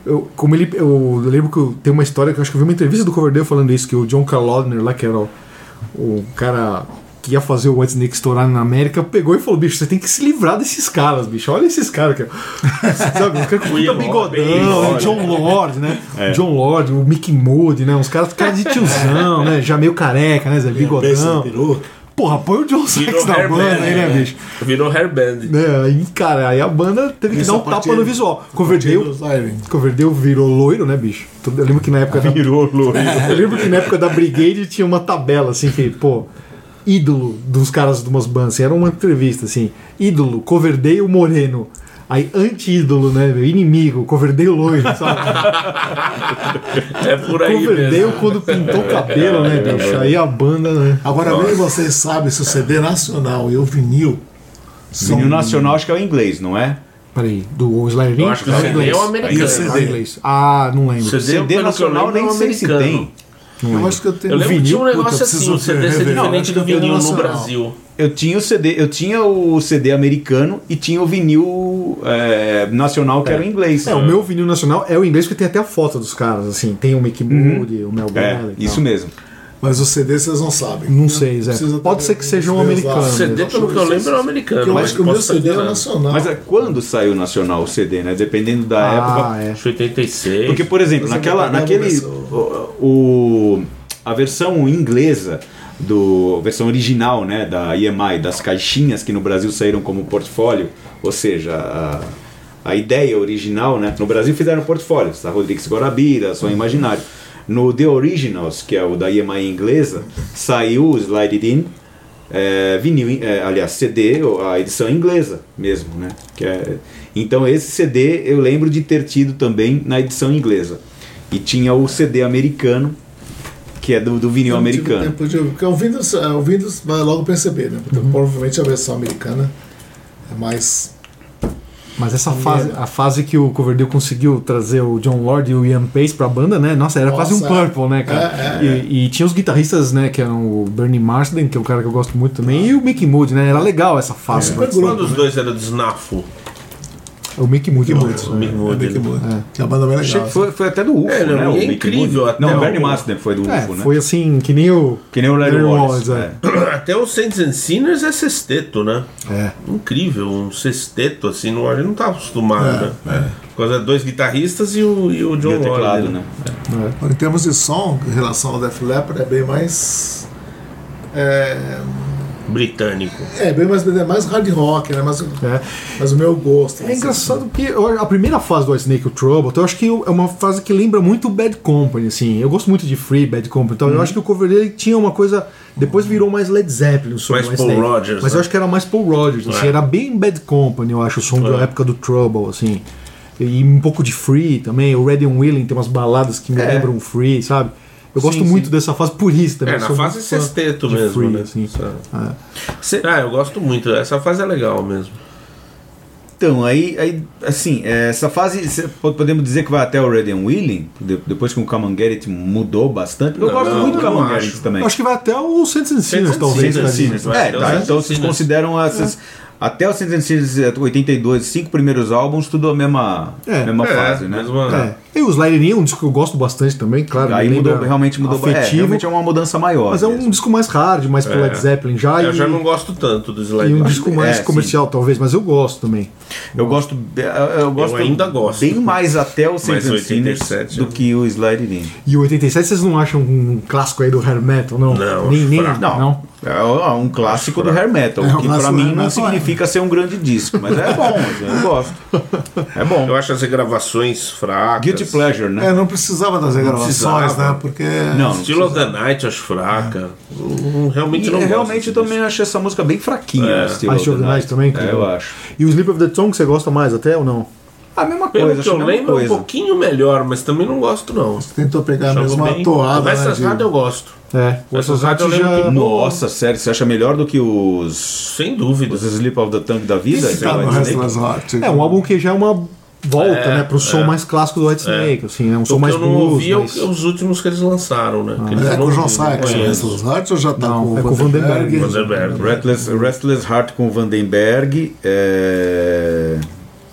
Speaker 3: Eu, como ele, eu lembro que eu- tem uma história que eu acho que eu vi uma entrevista do Coverdale falando isso, que o John Kalodner lá, que era o, o cara que ia fazer o Whitesnake estourar na América, pegou e falou, bicho, você tem que se livrar desses caras, bicho. Olha esses caras, cara. Sabe, os caras com puta
Speaker 4: Will
Speaker 3: bigodão, né?
Speaker 4: Robbins,
Speaker 3: John Lord, né? John Lord, o Mickey Moody, né? Uns caras, cara de tiozão, né? Já meio careca, né? Zé?
Speaker 5: Pensa no
Speaker 3: Bigodão.
Speaker 5: peru.
Speaker 3: Porra, põe o John Sykes na banda aí, né, bicho?
Speaker 4: Virou hair band.
Speaker 3: É, aí, cara, aí a banda teve que
Speaker 5: Isso
Speaker 3: dar um
Speaker 5: a partir-
Speaker 3: tapa no visual. Coverdale,
Speaker 5: Dos Iron.
Speaker 3: Coverdale virou loiro, né, bicho? Eu lembro que na época da,
Speaker 4: Virou loiro.
Speaker 3: Eu lembro que na época da Brigade tinha uma tabela, assim, que, pô, ídolo dos caras de umas bandas, assim, era uma entrevista, assim, ídolo, Coverdale moreno. Aí, anti-ídolo, né? meu? Inimigo, Coverdale loiro, sabe?
Speaker 4: É por aí
Speaker 3: Coverdale
Speaker 4: mesmo.
Speaker 3: quando pintou o cabelo, né, bicho? Aí a banda, né?
Speaker 5: Agora bem vocês sabem se o CD nacional e o vinil são
Speaker 2: Vinil nacional acho que é o inglês, não é?
Speaker 3: Peraí, do Slayer Link?
Speaker 4: Eu acho que o CD é o americano.
Speaker 5: E o CD?
Speaker 3: inglês. Ah, não lembro.
Speaker 4: CD, pelo que
Speaker 2: CD
Speaker 4: eu
Speaker 2: nacional
Speaker 4: lembro, é
Speaker 2: nem
Speaker 4: um
Speaker 2: sei se
Speaker 4: americano.
Speaker 2: tem.
Speaker 5: Eu acho que eu tenho
Speaker 4: Eu lembro que tinha um
Speaker 5: Puta,
Speaker 4: negócio assim,
Speaker 5: preciso
Speaker 4: o CD ser
Speaker 5: rever.
Speaker 4: diferente
Speaker 5: Eu
Speaker 4: do
Speaker 5: acho que eu tenho
Speaker 4: vinil no
Speaker 5: nacional.
Speaker 4: Brasil.
Speaker 2: Eu tinha o CD, eu tinha o CD americano e tinha o vinil é, nacional que era o inglês.
Speaker 3: É, o meu vinil nacional é o inglês, porque tem até a foto dos caras, assim. Tem o Mickey
Speaker 4: Uhum.
Speaker 3: Moody, o Mel
Speaker 2: É,
Speaker 3: Gallagher. e
Speaker 2: isso
Speaker 3: tal.
Speaker 2: mesmo.
Speaker 5: Mas o CD vocês não sabem.
Speaker 3: Não sei, Zé.
Speaker 5: Precisa
Speaker 3: Pode ser que seja um
Speaker 5: Exato.
Speaker 3: americano.
Speaker 4: CD, pelo que eu lembro, era um americano.
Speaker 5: Eu
Speaker 4: mas
Speaker 5: acho que o meu
Speaker 4: posso
Speaker 5: CD
Speaker 4: estar
Speaker 5: era
Speaker 4: enganado.
Speaker 5: nacional.
Speaker 2: Mas é, quando saiu nacional o CD, né? Dependendo da época.
Speaker 3: Ah, é.
Speaker 4: Acho 86.
Speaker 2: Porque, por exemplo,
Speaker 5: Você
Speaker 2: naquela,
Speaker 5: pegava
Speaker 2: naquele.
Speaker 5: essa-
Speaker 2: O, o- a versão inglesa, do, a versão original né, da EMI, das caixinhas que no Brasil saíram como portfólio, ou seja, a, a ideia original, né? No Brasil fizeram portfólios, tá? Rodrigues Guarabira, Sonho Imaginário. No The Originals, que é o da EMI inglesa, saiu o Slide It In. é, vinil, em- é, aliás, CD, a edição é inglesa mesmo, né? Que é- então esse CD eu lembro de ter tido também na edição inglesa. E tinha o CD americano, que é do, do vinil
Speaker 5: Eu não tive
Speaker 2: americano.
Speaker 5: tempo de- Porque ouvindo, eh, ouvindo vai logo perceber, né? Porque Provavelmente a versão americana é mais.
Speaker 3: Mas essa fase, a fase que o Coverdale conseguiu trazer o John Lord e o Ian Pace pra banda, né? Nossa, era quase um
Speaker 5: Nossa, é.
Speaker 3: Purple, né, cara?
Speaker 5: É, é,
Speaker 3: e, e tinha os guitarristas, né, que eram o Bernie Marsden, que é um cara que eu gosto muito também, e o Mickey Moody, né? Era legal essa fase. né?
Speaker 5: É.
Speaker 4: Quando os dois eram do Snafu?
Speaker 3: O Mickey Moody. né?
Speaker 4: Mick
Speaker 5: É
Speaker 4: Moody,
Speaker 5: Mickey
Speaker 4: né?
Speaker 5: Moody. Que é a banda bem
Speaker 2: Achei
Speaker 5: legal.
Speaker 2: que foi, foi até do UFO,
Speaker 4: É, não,
Speaker 2: né?
Speaker 4: e
Speaker 2: o
Speaker 4: é
Speaker 2: Mickey
Speaker 4: incrível
Speaker 2: Moody.
Speaker 4: até
Speaker 2: Não,
Speaker 4: o-
Speaker 2: o Bernie Marsden foi do UFO,
Speaker 3: É,
Speaker 2: né?
Speaker 3: foi assim, que nem o...
Speaker 2: Que nem o Larry
Speaker 3: Larry
Speaker 2: Wallace.
Speaker 3: Wallace,
Speaker 2: é.
Speaker 4: Até o Saints and Sinners é sexteto, né?
Speaker 3: É.
Speaker 4: Incrível, um sexteto, assim, no, a gente não tá
Speaker 5: É,
Speaker 4: acostumado, né? Por causa de dois guitarristas e o, e o
Speaker 2: E
Speaker 4: John
Speaker 2: o teclado,
Speaker 4: Lord,
Speaker 2: né?
Speaker 5: Agora, Em termos de som, em relação ao Def Leppard, é bem mais. É,
Speaker 4: né? Britânico.
Speaker 5: é bem mais, é mais hard rock, né? Mas,
Speaker 3: É.
Speaker 5: mas o meu gosto. assim.
Speaker 3: É engraçado porque eu- a primeira fase do White Snake, o Trouble, eu acho que eu- é uma fase que lembra muito o Bad Company, assim. Eu gosto muito de Free, Bad Company,
Speaker 4: Uhum.
Speaker 3: então eu acho que o cover dele tinha uma coisa... Depois virou mais Led Zeppelin o som
Speaker 4: Mais
Speaker 3: do White
Speaker 4: Paul
Speaker 3: Snake.
Speaker 4: Rodgers,
Speaker 3: Mas
Speaker 4: né?
Speaker 3: eu acho que era mais Paul Rodgers, assim.
Speaker 4: É.
Speaker 3: Era bem Bad Company, eu acho, o som da época do Trouble, assim. E um pouco de Free também. O Red and Willing tem umas baladas que me
Speaker 4: É.
Speaker 3: lembram Free, sabe? Eu gosto muito dessa fase por isso também.
Speaker 4: É,
Speaker 3: eu
Speaker 4: na
Speaker 3: sou
Speaker 4: fase
Speaker 3: muito fã
Speaker 4: sexteto
Speaker 3: de
Speaker 4: mesmo,
Speaker 3: Free,
Speaker 4: né?
Speaker 3: assim.
Speaker 4: Cê- Ah, eu gosto muito, essa fase é legal mesmo.
Speaker 2: Então, aí, aí assim, é, essa fase, cê- po- podemos dizer que vai até o Red and Willing, de- depois que o Camanguerite mudou bastante. Eu
Speaker 4: Não,
Speaker 2: gosto muito do
Speaker 4: não
Speaker 2: Camanguerite
Speaker 4: acho.
Speaker 2: também.
Speaker 3: Eu acho que vai até o Saints and Sinners,
Speaker 4: and
Speaker 3: talvez.
Speaker 4: Sinners,
Speaker 3: tadinho.
Speaker 4: Sinners, vai.
Speaker 2: É,
Speaker 4: Até
Speaker 2: tá,
Speaker 4: os
Speaker 2: então vocês
Speaker 4: Sinners.
Speaker 2: consideram essas. Até o Sense and Sinners, eh, 82, os cinco primeiros álbuns, tudo a mesma,
Speaker 3: É,
Speaker 2: mesma
Speaker 4: é,
Speaker 2: fase, né?
Speaker 4: mesma-
Speaker 3: É. E o Slider é um disco que eu gosto bastante também, claro.
Speaker 2: Aí
Speaker 3: me lembra
Speaker 2: mudou, realmente mudou ba- É,
Speaker 3: afetivo,
Speaker 2: realmente é uma mudança maior.
Speaker 3: Mas é um
Speaker 2: mesmo.
Speaker 3: disco mais hard, mais pro
Speaker 4: É.
Speaker 3: Led Zeppelin já.
Speaker 4: eu
Speaker 3: e,
Speaker 4: já não gosto tanto do Slide.
Speaker 3: e um
Speaker 4: Down.
Speaker 3: disco mais
Speaker 2: É,
Speaker 3: comercial, talvez, mas eu gosto também.
Speaker 2: Eu gosto. be- Eu, eu gosto
Speaker 4: ainda gosto.
Speaker 2: Bem mais até o Sense
Speaker 4: Mas
Speaker 2: and Sinners
Speaker 4: 87,
Speaker 2: do
Speaker 4: né?
Speaker 2: que o Slide It In.
Speaker 3: E o 87 vocês não acham um clássico aí do hair metal, não?
Speaker 4: Não,
Speaker 3: nem, nem,
Speaker 4: fraco.
Speaker 3: Ah, não.
Speaker 2: É ó, um clássico do hair metal,
Speaker 5: É um
Speaker 2: que pra
Speaker 5: clássico do
Speaker 2: mim
Speaker 5: hair
Speaker 2: não
Speaker 5: metal, é.
Speaker 2: significa ser um grande disco, mas é bom, eu gosto. É bom.
Speaker 4: Eu acho as gravações fracas.
Speaker 2: Guilty Pleasure, né?
Speaker 5: É, não precisava das gravações,
Speaker 4: precisava.
Speaker 5: né? Porque.
Speaker 2: Não.
Speaker 4: Estilo of the Night, acho fraca. Hum, Realmente
Speaker 2: E
Speaker 4: não gosto.
Speaker 2: realmente eu
Speaker 4: disso.
Speaker 2: também é achei essa música bem fraquinha.
Speaker 4: É.
Speaker 2: o Still
Speaker 3: Acho
Speaker 2: of the Night
Speaker 3: também,
Speaker 2: É,
Speaker 3: cara.
Speaker 2: eu acho.
Speaker 3: E o Sleep of the Tongue você gosta mais até ou não?
Speaker 2: A mesma
Speaker 4: Pelo
Speaker 2: coisa,
Speaker 4: que
Speaker 2: acho
Speaker 4: eu
Speaker 2: a mesma
Speaker 4: lembro, é um
Speaker 2: coisa.
Speaker 4: pouquinho melhor, mas também não gosto, não.
Speaker 5: Tentou pegar É a
Speaker 4: Jogo
Speaker 5: mesma
Speaker 4: bem.
Speaker 5: toada.
Speaker 4: Mas
Speaker 5: né,
Speaker 4: essas
Speaker 5: de-
Speaker 4: nada eu gosto.
Speaker 3: É. O
Speaker 4: Essas
Speaker 3: Associate
Speaker 4: rádio eu lembro que-
Speaker 2: Nossa, sério, você acha melhor do que os,
Speaker 4: Sem dúvida.
Speaker 2: os Sleep of the Tongue da vida? Então, é
Speaker 5: Tá
Speaker 2: Vai
Speaker 5: no
Speaker 2: dizer?
Speaker 5: Restless Heart.
Speaker 3: É um álbum que já é uma volta,
Speaker 4: É,
Speaker 3: né, pro som
Speaker 4: é.
Speaker 3: mais clássico do White Snake, assim, né? Um som
Speaker 4: o que
Speaker 3: mais
Speaker 4: eu não
Speaker 3: blues,
Speaker 4: ouvi é o-
Speaker 3: mas-
Speaker 4: é os últimos que eles lançaram, né? Que eles
Speaker 5: É com
Speaker 4: não
Speaker 5: o John
Speaker 4: ouvi, não
Speaker 5: Sykes, né?
Speaker 4: conheço.
Speaker 5: Restless Heart ou já tá
Speaker 3: Não,
Speaker 5: com
Speaker 3: é com o Vandenberg.
Speaker 4: Vandenberg.
Speaker 2: Restless, Restless Heart com Vandenberg. É...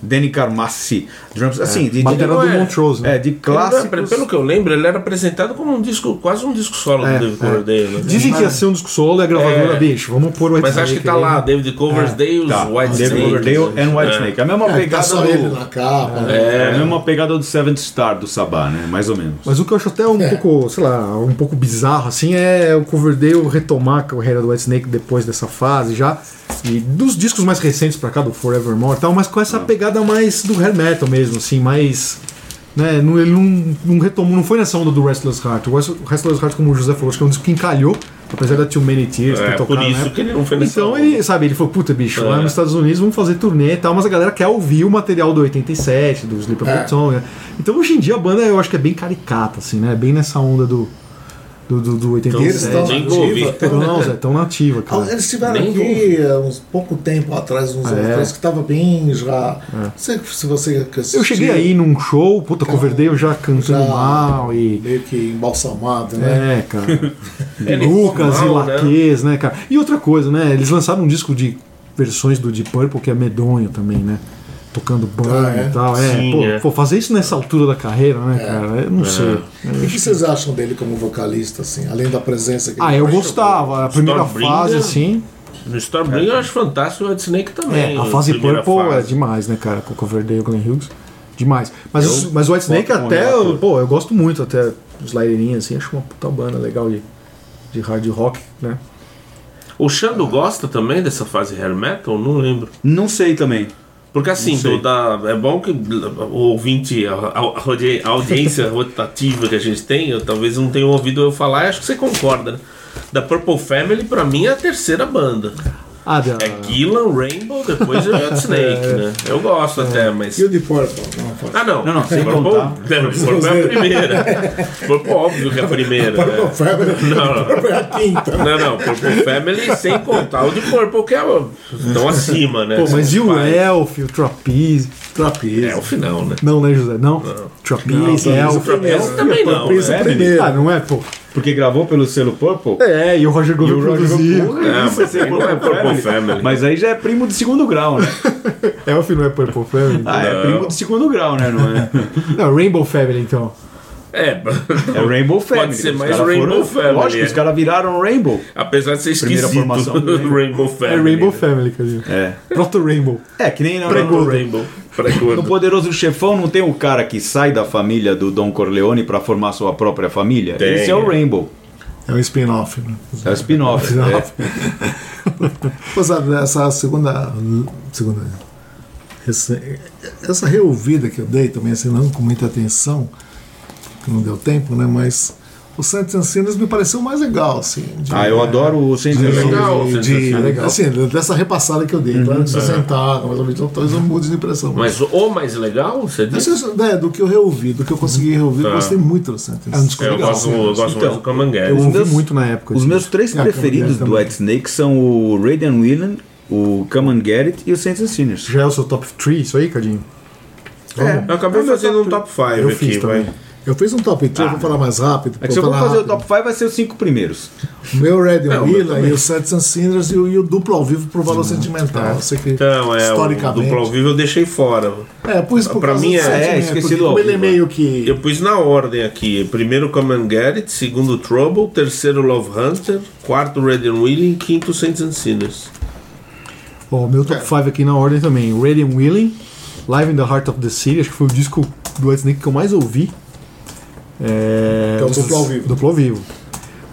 Speaker 2: Danny Carmassi. Drums, assim, de, de,
Speaker 3: Batera
Speaker 4: não
Speaker 3: do
Speaker 4: é.
Speaker 3: Montrose, né?
Speaker 2: é, de
Speaker 4: Ele não era-
Speaker 2: clássicos.
Speaker 4: pelo que eu lembro, ele era apresentado como um disco, quase um disco solo
Speaker 3: É,
Speaker 4: do David
Speaker 3: é.
Speaker 4: Coverdale. né?
Speaker 3: Dizem que ia ser um disco solo e a gravadora,
Speaker 4: É.
Speaker 3: bicho, vamos pôr o White
Speaker 4: Mas acho que
Speaker 3: Snake
Speaker 4: tá
Speaker 3: aí,
Speaker 4: lá,
Speaker 3: né?
Speaker 4: David Coverdale,
Speaker 2: Tá,
Speaker 4: White
Speaker 2: David
Speaker 4: Snake.
Speaker 2: Coverdale and White Snake. A mesma
Speaker 5: É, tá
Speaker 2: pegada
Speaker 5: só ele na
Speaker 2: do.
Speaker 5: capa.
Speaker 2: É
Speaker 5: né?
Speaker 2: a mesma pegada do Seventh Star do Sabá, né? Mais ou menos.
Speaker 3: Mas o que eu acho até um
Speaker 5: É.
Speaker 3: pouco, sei lá, um pouco bizarro, assim, é o Coverdale retomar a carreira do White Snake depois dessa fase já. E dos discos mais recentes pra cá, do Forevermore e tal, mas com essa
Speaker 4: Ah.
Speaker 3: pegada mais do hair metal mesmo, assim, mais. Né, não, ele não, não retomou, não foi nessa onda do Restless Heart. O Rest- Restless Heart, como o José falou, acho que é um disco que encalhou, apesar da Too Many Tears
Speaker 4: É,
Speaker 3: ter
Speaker 4: por
Speaker 3: tocado na
Speaker 4: isso
Speaker 3: época.
Speaker 4: que ele não foi nessa
Speaker 3: Então
Speaker 4: onda.
Speaker 3: ele, sabe, ele falou, puta, bicho, lá
Speaker 4: É.
Speaker 3: nos Estados Unidos vamos fazer turnê e tal, mas a galera quer ouvir o material do 87, do Sleep
Speaker 5: É.
Speaker 3: Up Song, né? Então hoje em dia a banda eu acho que é bem caricata, assim, né? Bem nessa onda do, do, do, do
Speaker 5: E eles
Speaker 3: 87.
Speaker 4: Então,
Speaker 5: estão
Speaker 4: nem
Speaker 5: nativa,
Speaker 4: ouvi.
Speaker 5: estão-
Speaker 3: é, não, Zé, tão nativa,
Speaker 5: Ah,
Speaker 3: cara.
Speaker 5: Eles tiveram
Speaker 4: Nem
Speaker 5: aqui há uns pouco tempo atrás, uns anos
Speaker 3: É.
Speaker 5: atrás, que tava bem já. Não sei se você que
Speaker 3: Eu cheguei
Speaker 5: assistiu,
Speaker 3: aí num show, puta, Coverdale já cantando
Speaker 5: é, já-
Speaker 3: mal e.
Speaker 5: Meio que embalsamado, né?
Speaker 3: É, cara.
Speaker 4: Ele
Speaker 3: Lucas e
Speaker 4: mal, né?
Speaker 3: Laques, né? cara? E outra coisa, né? Eles lançaram um disco de versões do Deep Purple que é medonho também, né? Tocando banho
Speaker 5: Ah, é?
Speaker 3: e tal. É,
Speaker 4: Sim,
Speaker 3: pô,
Speaker 4: é.
Speaker 3: pô, fazer isso nessa altura da carreira, né, cara? Eu não sei.
Speaker 5: O que vocês acham dele como vocalista, assim? Além da presença que
Speaker 3: Ah,
Speaker 5: ele
Speaker 3: eu
Speaker 5: faz?
Speaker 3: gostava. A primeira
Speaker 4: Stormbringer.
Speaker 3: fase, assim.
Speaker 4: No Stormbringer eu acho fantástico o White Snake também.
Speaker 3: É, a fase
Speaker 4: primeira
Speaker 3: Purple é
Speaker 4: fase.
Speaker 3: demais, né, cara? Com o Coverdale e o Glenn Hughes. Demais. Mas, os- mas o White Snake
Speaker 2: boto como
Speaker 3: até.
Speaker 2: relator.
Speaker 3: Pô, eu gosto muito até os Lightninhas, assim. Acho uma puta banda legal de, de hard rock, né?
Speaker 4: É O Xando gosta também dessa fase hair metal? Não lembro.
Speaker 2: Não sei também.
Speaker 4: Porque assim,
Speaker 2: Não sei.
Speaker 4: do- da- é bom que o ouvinte, a, a- a audi- a audiência rotativa que a gente tem, eu talvez não tenha ouvido eu falar, e acho que você concorda, né? Da Purple Family, pra mim, é a terceira banda.
Speaker 3: Ah, da,
Speaker 4: É Gillan, Rainbow, depois é Hot Snake, né? Eu gosto até, mas.
Speaker 5: E o de Purple? Não, pode.
Speaker 4: Ah, não.
Speaker 2: Não, não, sem
Speaker 4: Purple,
Speaker 2: contar.
Speaker 4: não, Purple é a primeira. Purple, óbvio que é a primeira.
Speaker 5: Purple
Speaker 4: né?
Speaker 5: Family.
Speaker 4: Não, não.
Speaker 5: Purple é a quinta.
Speaker 4: Não, não, Purple Family sem contar o de Purple, que é o- tão acima, né?
Speaker 3: Pô, mas e o
Speaker 4: Vai.
Speaker 3: Elf, o Trapeze?
Speaker 5: Trapeze.
Speaker 4: É o final, né?
Speaker 3: Não, né, José? Não? Trapeze,
Speaker 5: Não,
Speaker 3: Elf.
Speaker 5: Trapeze.
Speaker 4: Esse também não. né?
Speaker 5: Prince é
Speaker 2: É,
Speaker 5: o primeiro.
Speaker 3: Ah, não é, pô?
Speaker 2: Porque gravou pelo selo Purple.
Speaker 3: É, e o Roger
Speaker 2: E
Speaker 3: Gomes
Speaker 2: o Roger
Speaker 3: produzia.
Speaker 2: Purple,
Speaker 4: É,
Speaker 2: isso
Speaker 4: mas
Speaker 2: é
Speaker 4: aí não é Purple Family.
Speaker 2: Mas aí já é primo de segundo grau, né?
Speaker 3: Elf não é Purple Family?
Speaker 2: Ah, é
Speaker 4: Não.
Speaker 2: primo de segundo grau, né? Não é?
Speaker 3: Não, Rainbow Family, então.
Speaker 4: É,
Speaker 2: É o Rainbow Family.
Speaker 4: ser
Speaker 2: Os
Speaker 4: mais
Speaker 2: caras
Speaker 4: Rainbow Family,
Speaker 2: Lógico,
Speaker 4: é.
Speaker 2: os caras viraram Rainbow.
Speaker 4: apesar de ser
Speaker 2: Primeira
Speaker 4: esquisito,
Speaker 2: formação do
Speaker 4: Rainbow, Family.
Speaker 3: É Rainbow
Speaker 4: né?
Speaker 3: Family, Cadinho.
Speaker 2: É.
Speaker 3: Proto Rainbow.
Speaker 2: É, que nem na,
Speaker 4: Pregou
Speaker 2: no,
Speaker 4: Rainbow. Pregou.
Speaker 2: no Poderoso Chefão não tem o cara que sai da família do Don Corleone pra formar sua própria família?
Speaker 4: Tem,
Speaker 2: Esse é o
Speaker 4: é.
Speaker 2: Rainbow.
Speaker 5: É um spin-off, né?
Speaker 2: É o spin-off. é.
Speaker 5: É. Pô, sabe, né, essa segunda. segunda esse- essa reouvida que eu dei também, assim, não com muita atenção, que não deu tempo, né? Mas o Santos Ancinas me pareceu mais legal, assim. de-
Speaker 2: Ah, eu adoro o Saints
Speaker 5: de-
Speaker 2: Row.
Speaker 4: legal,
Speaker 5: de-
Speaker 4: Santos
Speaker 5: de-
Speaker 2: é
Speaker 4: Ancinas,
Speaker 3: legal.
Speaker 5: Assim, dessa repassada que eu
Speaker 2: Uhum.
Speaker 5: dei, claro, de 60 mas ou menos, talvez eu mude de impressão.
Speaker 4: Mas o mais legal, você
Speaker 5: Mas
Speaker 4: disse?
Speaker 5: isso, né, do que eu reouvi, do que eu
Speaker 2: Uhum.
Speaker 5: consegui reouvir, eu
Speaker 4: Tá.
Speaker 5: gostei muito do Santos Ancinas.
Speaker 3: É um disco
Speaker 4: É, eu
Speaker 3: legal,
Speaker 4: gosto,
Speaker 5: né?
Speaker 4: eu gosto
Speaker 2: Então,
Speaker 4: mais do Camangueiro.
Speaker 3: Eu ouvi
Speaker 2: meus-
Speaker 3: muito na época.
Speaker 2: Os
Speaker 3: assim.
Speaker 2: meus três
Speaker 5: É, Come and Get
Speaker 2: preferidos
Speaker 5: it
Speaker 2: do
Speaker 5: também.
Speaker 2: White Snake são o Raiden Whelan, o Come and Get It e o Saints and Sinners.
Speaker 3: Já é o seu top 3, isso aí, Cadinho?
Speaker 4: Eu acabei
Speaker 2: É o meu
Speaker 4: fazendo um
Speaker 2: top-
Speaker 4: top 5
Speaker 3: Eu
Speaker 4: aqui,
Speaker 3: fiz também.
Speaker 4: vai.
Speaker 5: Eu fiz um top 3, vou falar mais rápido.
Speaker 2: É que
Speaker 5: vou
Speaker 2: se eu for
Speaker 5: falar
Speaker 2: fazer o
Speaker 5: rápido.
Speaker 2: top 5, vai ser os cinco primeiros.
Speaker 5: O Meu Red
Speaker 4: É, o meu
Speaker 5: Willa
Speaker 4: também.
Speaker 5: e o Sets and Cinders e o, e o duplo ao vivo pro valor
Speaker 3: tá.
Speaker 5: sentimental. Eu sei que
Speaker 4: Então, é, o
Speaker 5: historicamente.
Speaker 4: duplo ao vivo eu deixei fora.
Speaker 5: É, por isso por
Speaker 4: Pra
Speaker 5: causa
Speaker 4: mim
Speaker 5: do
Speaker 4: é-
Speaker 5: sentimento,
Speaker 2: é, esqueci
Speaker 5: porque
Speaker 2: do ao
Speaker 5: como ele é
Speaker 2: vivo,
Speaker 5: meio que.
Speaker 4: né? Eu pus na ordem aqui. Primeiro Come and Get It, segundo Trouble, terceiro Love Hunter, quarto Red and Wheeling, quinto Saints and Sinners.
Speaker 3: Ó, o meu
Speaker 5: É.
Speaker 3: top 5 aqui na ordem também. Ready and Willing, Live in the Heart of the City, acho que foi o disco do White Snake que eu mais ouvi. É,
Speaker 5: Que é o
Speaker 3: os-
Speaker 5: duplo ao vivo.
Speaker 3: Duplo ao vivo.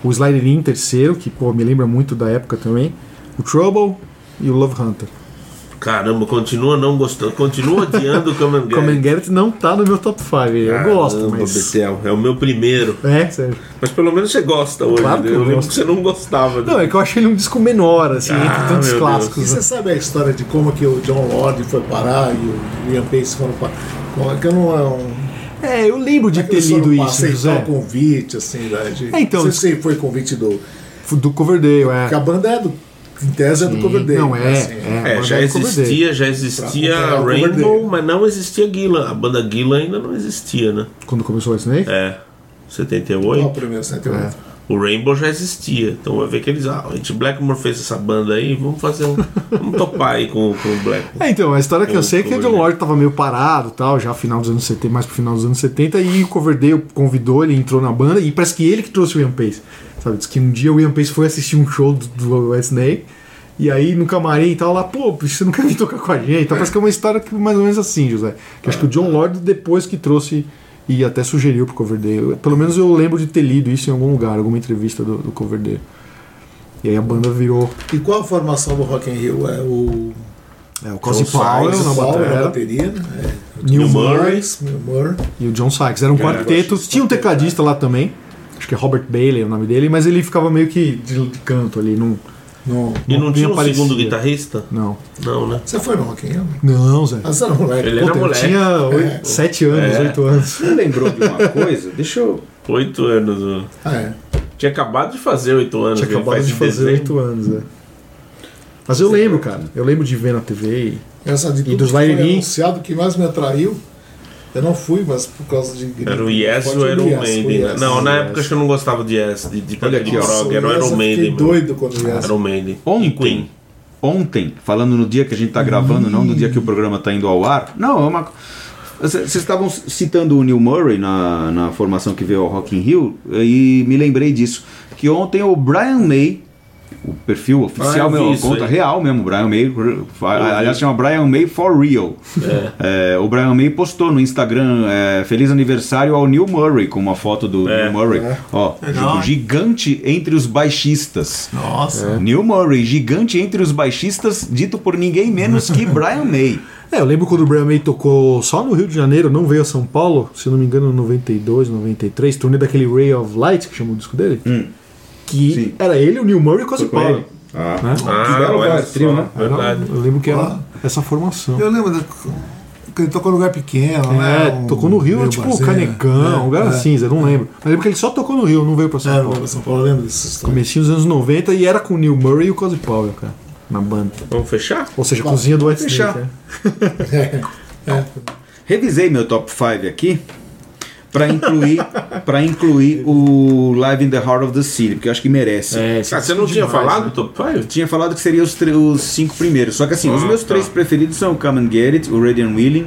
Speaker 3: O Slider In, terceiro, que pô, me lembra muito da época também. O Trouble e o Love Hunter.
Speaker 4: Caramba, continua não gostando, continua odiando o Come and Get
Speaker 3: Come and
Speaker 4: It.
Speaker 3: Garrett não tá no meu top 5. Eu gosto,
Speaker 4: Caramba,
Speaker 3: mas.
Speaker 4: Betel, é o meu primeiro.
Speaker 3: É, sério.
Speaker 4: Mas pelo menos você gosta hoje.
Speaker 3: Claro que
Speaker 4: né?
Speaker 3: eu
Speaker 4: eu lembro
Speaker 3: gosto.
Speaker 4: que você não gostava. né?
Speaker 3: Não, é que eu achei ele um disco menor, assim, entre tantos
Speaker 4: Ah, meu
Speaker 5: E
Speaker 3: clássicos.
Speaker 5: você sabe a história de como que o John Lord foi parar e o Ian Pace foram parar? Que eu não é um.
Speaker 3: né? É, eu lembro de ter
Speaker 5: eles foram
Speaker 3: lido
Speaker 5: pra
Speaker 3: isso,
Speaker 5: aceitar
Speaker 3: José.
Speaker 5: o convite, assim, né, de,
Speaker 3: É, então,
Speaker 5: Não sei se foi convite do.
Speaker 3: Do Coverdale, é.
Speaker 5: Porque a banda é do. Em tese é do Coverdale.
Speaker 3: Não,
Speaker 5: né,
Speaker 3: é,
Speaker 5: assim,
Speaker 3: é.
Speaker 4: É,
Speaker 3: Agora
Speaker 4: já
Speaker 3: é do Coverdale.
Speaker 4: existia, já existia
Speaker 5: Pra
Speaker 4: a
Speaker 5: comparar o
Speaker 4: Rainbow,
Speaker 5: Coverdale.
Speaker 4: mas não existia Guila. A banda Guila ainda não existia, né?
Speaker 3: Quando começou o White Snake?
Speaker 4: É.
Speaker 5: Qual é o
Speaker 4: 78?
Speaker 5: primeiro 78?
Speaker 4: O Rainbow já existia, então vai ver que eles. Ah, a gente Blackmore fez essa banda aí, vamos fazer um. vamos topar aí com, com o Blackmore.
Speaker 3: É, então, a história que eu
Speaker 4: Ou
Speaker 3: sei é que o John
Speaker 4: cover. né?
Speaker 3: Lord tava meio parado tal, já final dos anos 70, mais pro final dos anos 70, e o Coverdale convidou, ele entrou na banda, e parece que ele que trouxe o Ian Pace. Sabe, diz que um dia o Ian Pace foi assistir um show do, do Snake, e aí no camarim e tal, lá, pô, você nunca vir tocar com a gente. Então parece que é uma história que, mais ou menos assim, José. Que acho que o John Lord, depois que trouxe e até sugeriu pro Coverdale. Pelo menos eu lembro de ter lido isso em algum lugar, alguma entrevista do, do Coverdale. E aí a banda virou
Speaker 5: E qual a formação do Rock in Rio? É o.
Speaker 3: é, o Cosi
Speaker 5: John
Speaker 3: Powell
Speaker 5: Sykes,
Speaker 3: na
Speaker 5: Powell na
Speaker 3: bateria. É.
Speaker 5: é bateria, né?
Speaker 3: Neil
Speaker 5: Neil
Speaker 4: Murray.
Speaker 5: Murray. Neil Murray.
Speaker 3: E o John Sykes.
Speaker 4: É,
Speaker 3: Era um quarteto. Tinha um tecladista lá também. Acho que é Robert Bailey é o nome dele, mas ele ficava meio que de de canto ali. Não,
Speaker 5: Não.
Speaker 4: E não tinha um
Speaker 3: aparecia.
Speaker 4: segundo guitarrista?
Speaker 3: não.
Speaker 4: Não, né?
Speaker 5: Você foi no Rock in Rio?
Speaker 3: Não, Zé.
Speaker 5: Ah, você era moleque.
Speaker 4: Ele é.
Speaker 3: Puta,
Speaker 4: era
Speaker 3: eu
Speaker 4: moleque. É.
Speaker 3: tinha oito- sete anos, oito anos.
Speaker 2: Você lembrou de uma coisa? Deixa eu.
Speaker 4: Oito anos. ó.
Speaker 5: Ah, é.
Speaker 4: Tinha acabado de fazer oito anos.
Speaker 3: Tinha
Speaker 4: ele
Speaker 3: acabado
Speaker 4: faz
Speaker 3: de
Speaker 4: em
Speaker 3: fazer
Speaker 4: dezembro.
Speaker 3: oito anos, é. Mas eu lembro, cara. Eu lembro de ver na TV. e-
Speaker 5: Engraçado de
Speaker 3: E
Speaker 5: tudo
Speaker 3: dos
Speaker 5: que foi
Speaker 3: Lightning?
Speaker 5: anunciado, o que mais me atraiu, eu não fui, mas por causa de gripe.
Speaker 4: Era o Yes
Speaker 5: forte,
Speaker 4: ou era o
Speaker 5: Yes, foi
Speaker 4: Maiden? né?
Speaker 5: Yes.
Speaker 4: Não, na
Speaker 5: Yes.
Speaker 4: época acho que eu não gostava de Yes, de, de
Speaker 2: Olha aqui, ó.
Speaker 4: prog,
Speaker 5: Nossa,
Speaker 4: era o
Speaker 5: Yes,
Speaker 4: Iron
Speaker 5: eu
Speaker 4: Maiden.
Speaker 5: fiquei
Speaker 4: meu.
Speaker 5: doido quando o Yes.
Speaker 4: Era o Maiden. E
Speaker 2: Ontem,
Speaker 4: Queen.
Speaker 2: ontem, falando no dia que a gente tá gravando, não no dia que o programa tá indo ao ar. Não, é uma. Vocês estavam citando o Neil Murray na, na formação que veio ao Rock in Rio e me lembrei disso. Que ontem o Brian May, o perfil oficial,
Speaker 4: Ah, eu vi
Speaker 2: meu,
Speaker 4: isso
Speaker 2: conta
Speaker 4: aí.
Speaker 2: real mesmo, Brian May, aliás chama Brian May for Real. É, o Brian May postou no Instagram é, Feliz aniversário ao Neil Murray, com uma foto do
Speaker 4: É.
Speaker 2: Neil Murray. Ó, gi- gigante entre os baixistas.
Speaker 5: Nossa.
Speaker 2: Neil Murray, gigante entre os baixistas, dito por ninguém menos que Brian May.
Speaker 3: É, eu lembro quando o Brian May tocou só no Rio de Janeiro, não veio a São Paulo, se não me engano, em 92, 93, turnê daquele Ray of Light, que chamou o disco dele. que
Speaker 2: sim.
Speaker 3: era ele, o Neil Murray e o Cosi Paulo.
Speaker 2: Ah.
Speaker 3: Né?
Speaker 4: Ah, olha só,
Speaker 3: Era-
Speaker 4: verdade.
Speaker 3: eu lembro que era essa formação.
Speaker 5: Eu lembro da- que ele tocou num lugar pequeno, né?
Speaker 3: É,
Speaker 5: Um-
Speaker 3: tocou no Rio,
Speaker 5: meio
Speaker 3: tipo
Speaker 5: barzinho,
Speaker 3: Canecão,
Speaker 5: né?
Speaker 3: um lugar
Speaker 5: É,
Speaker 3: assim, Zé, não lembro. Mas lembro que ele só tocou no Rio, não veio pra São
Speaker 5: É,
Speaker 3: Paulo.
Speaker 5: no São Paulo, eu lembro dessa história.
Speaker 3: Comecinho dos anos 90 e era com o Neil Murray e o Cosi Powell, cara, na banda.
Speaker 4: Vamos fechar?
Speaker 3: Ou seja, a cozinha do White
Speaker 2: fechar.
Speaker 3: Snake, né?
Speaker 2: Revisei meu top 5 aqui para incluir para incluir o Live in the Heart of the City, porque eu acho que merece.
Speaker 3: É,
Speaker 4: Ah, você não tinha falado do Top 5?
Speaker 2: Tinha falado que seriam os, tre- os cinco primeiros. Só que assim, os
Speaker 4: Ah,
Speaker 2: meus
Speaker 4: tá.
Speaker 2: três preferidos são o Come and Get It, o Radiant Willing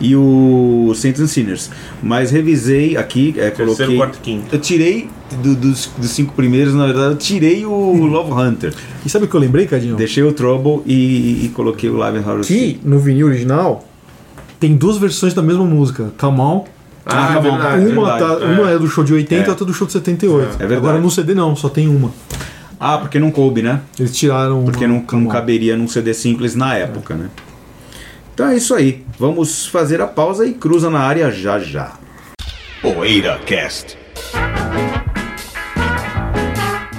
Speaker 2: e o Saints and Sinners. Mas revisei aqui, é,
Speaker 4: Terceiro,
Speaker 2: coloquei.
Speaker 4: quarto e quinto.
Speaker 2: Eu tirei do- dos, dos cinco primeiros, na verdade, eu tirei o Love Hunter.
Speaker 3: E sabe o que eu lembrei, Cadinho?
Speaker 2: Deixei o Trouble e, e coloquei o Live in Horror
Speaker 3: Que no vinil original tem duas versões da mesma música, Come On.
Speaker 4: Ah,
Speaker 2: tá bom.
Speaker 4: verdade.
Speaker 3: Uma,
Speaker 2: verdade,
Speaker 3: tá- uma é do show de 80 e
Speaker 2: É.
Speaker 3: outra do show de 78.
Speaker 2: verdade.
Speaker 3: Agora no CD não, só tem uma.
Speaker 2: Ah, porque não coube, né?
Speaker 3: Eles tiraram. um-
Speaker 2: Porque
Speaker 3: uma,
Speaker 2: não, não caberia num CD simples na época, né? Então é isso aí. Vamos fazer a pausa e cruza na área já já.
Speaker 6: Poeira Cast.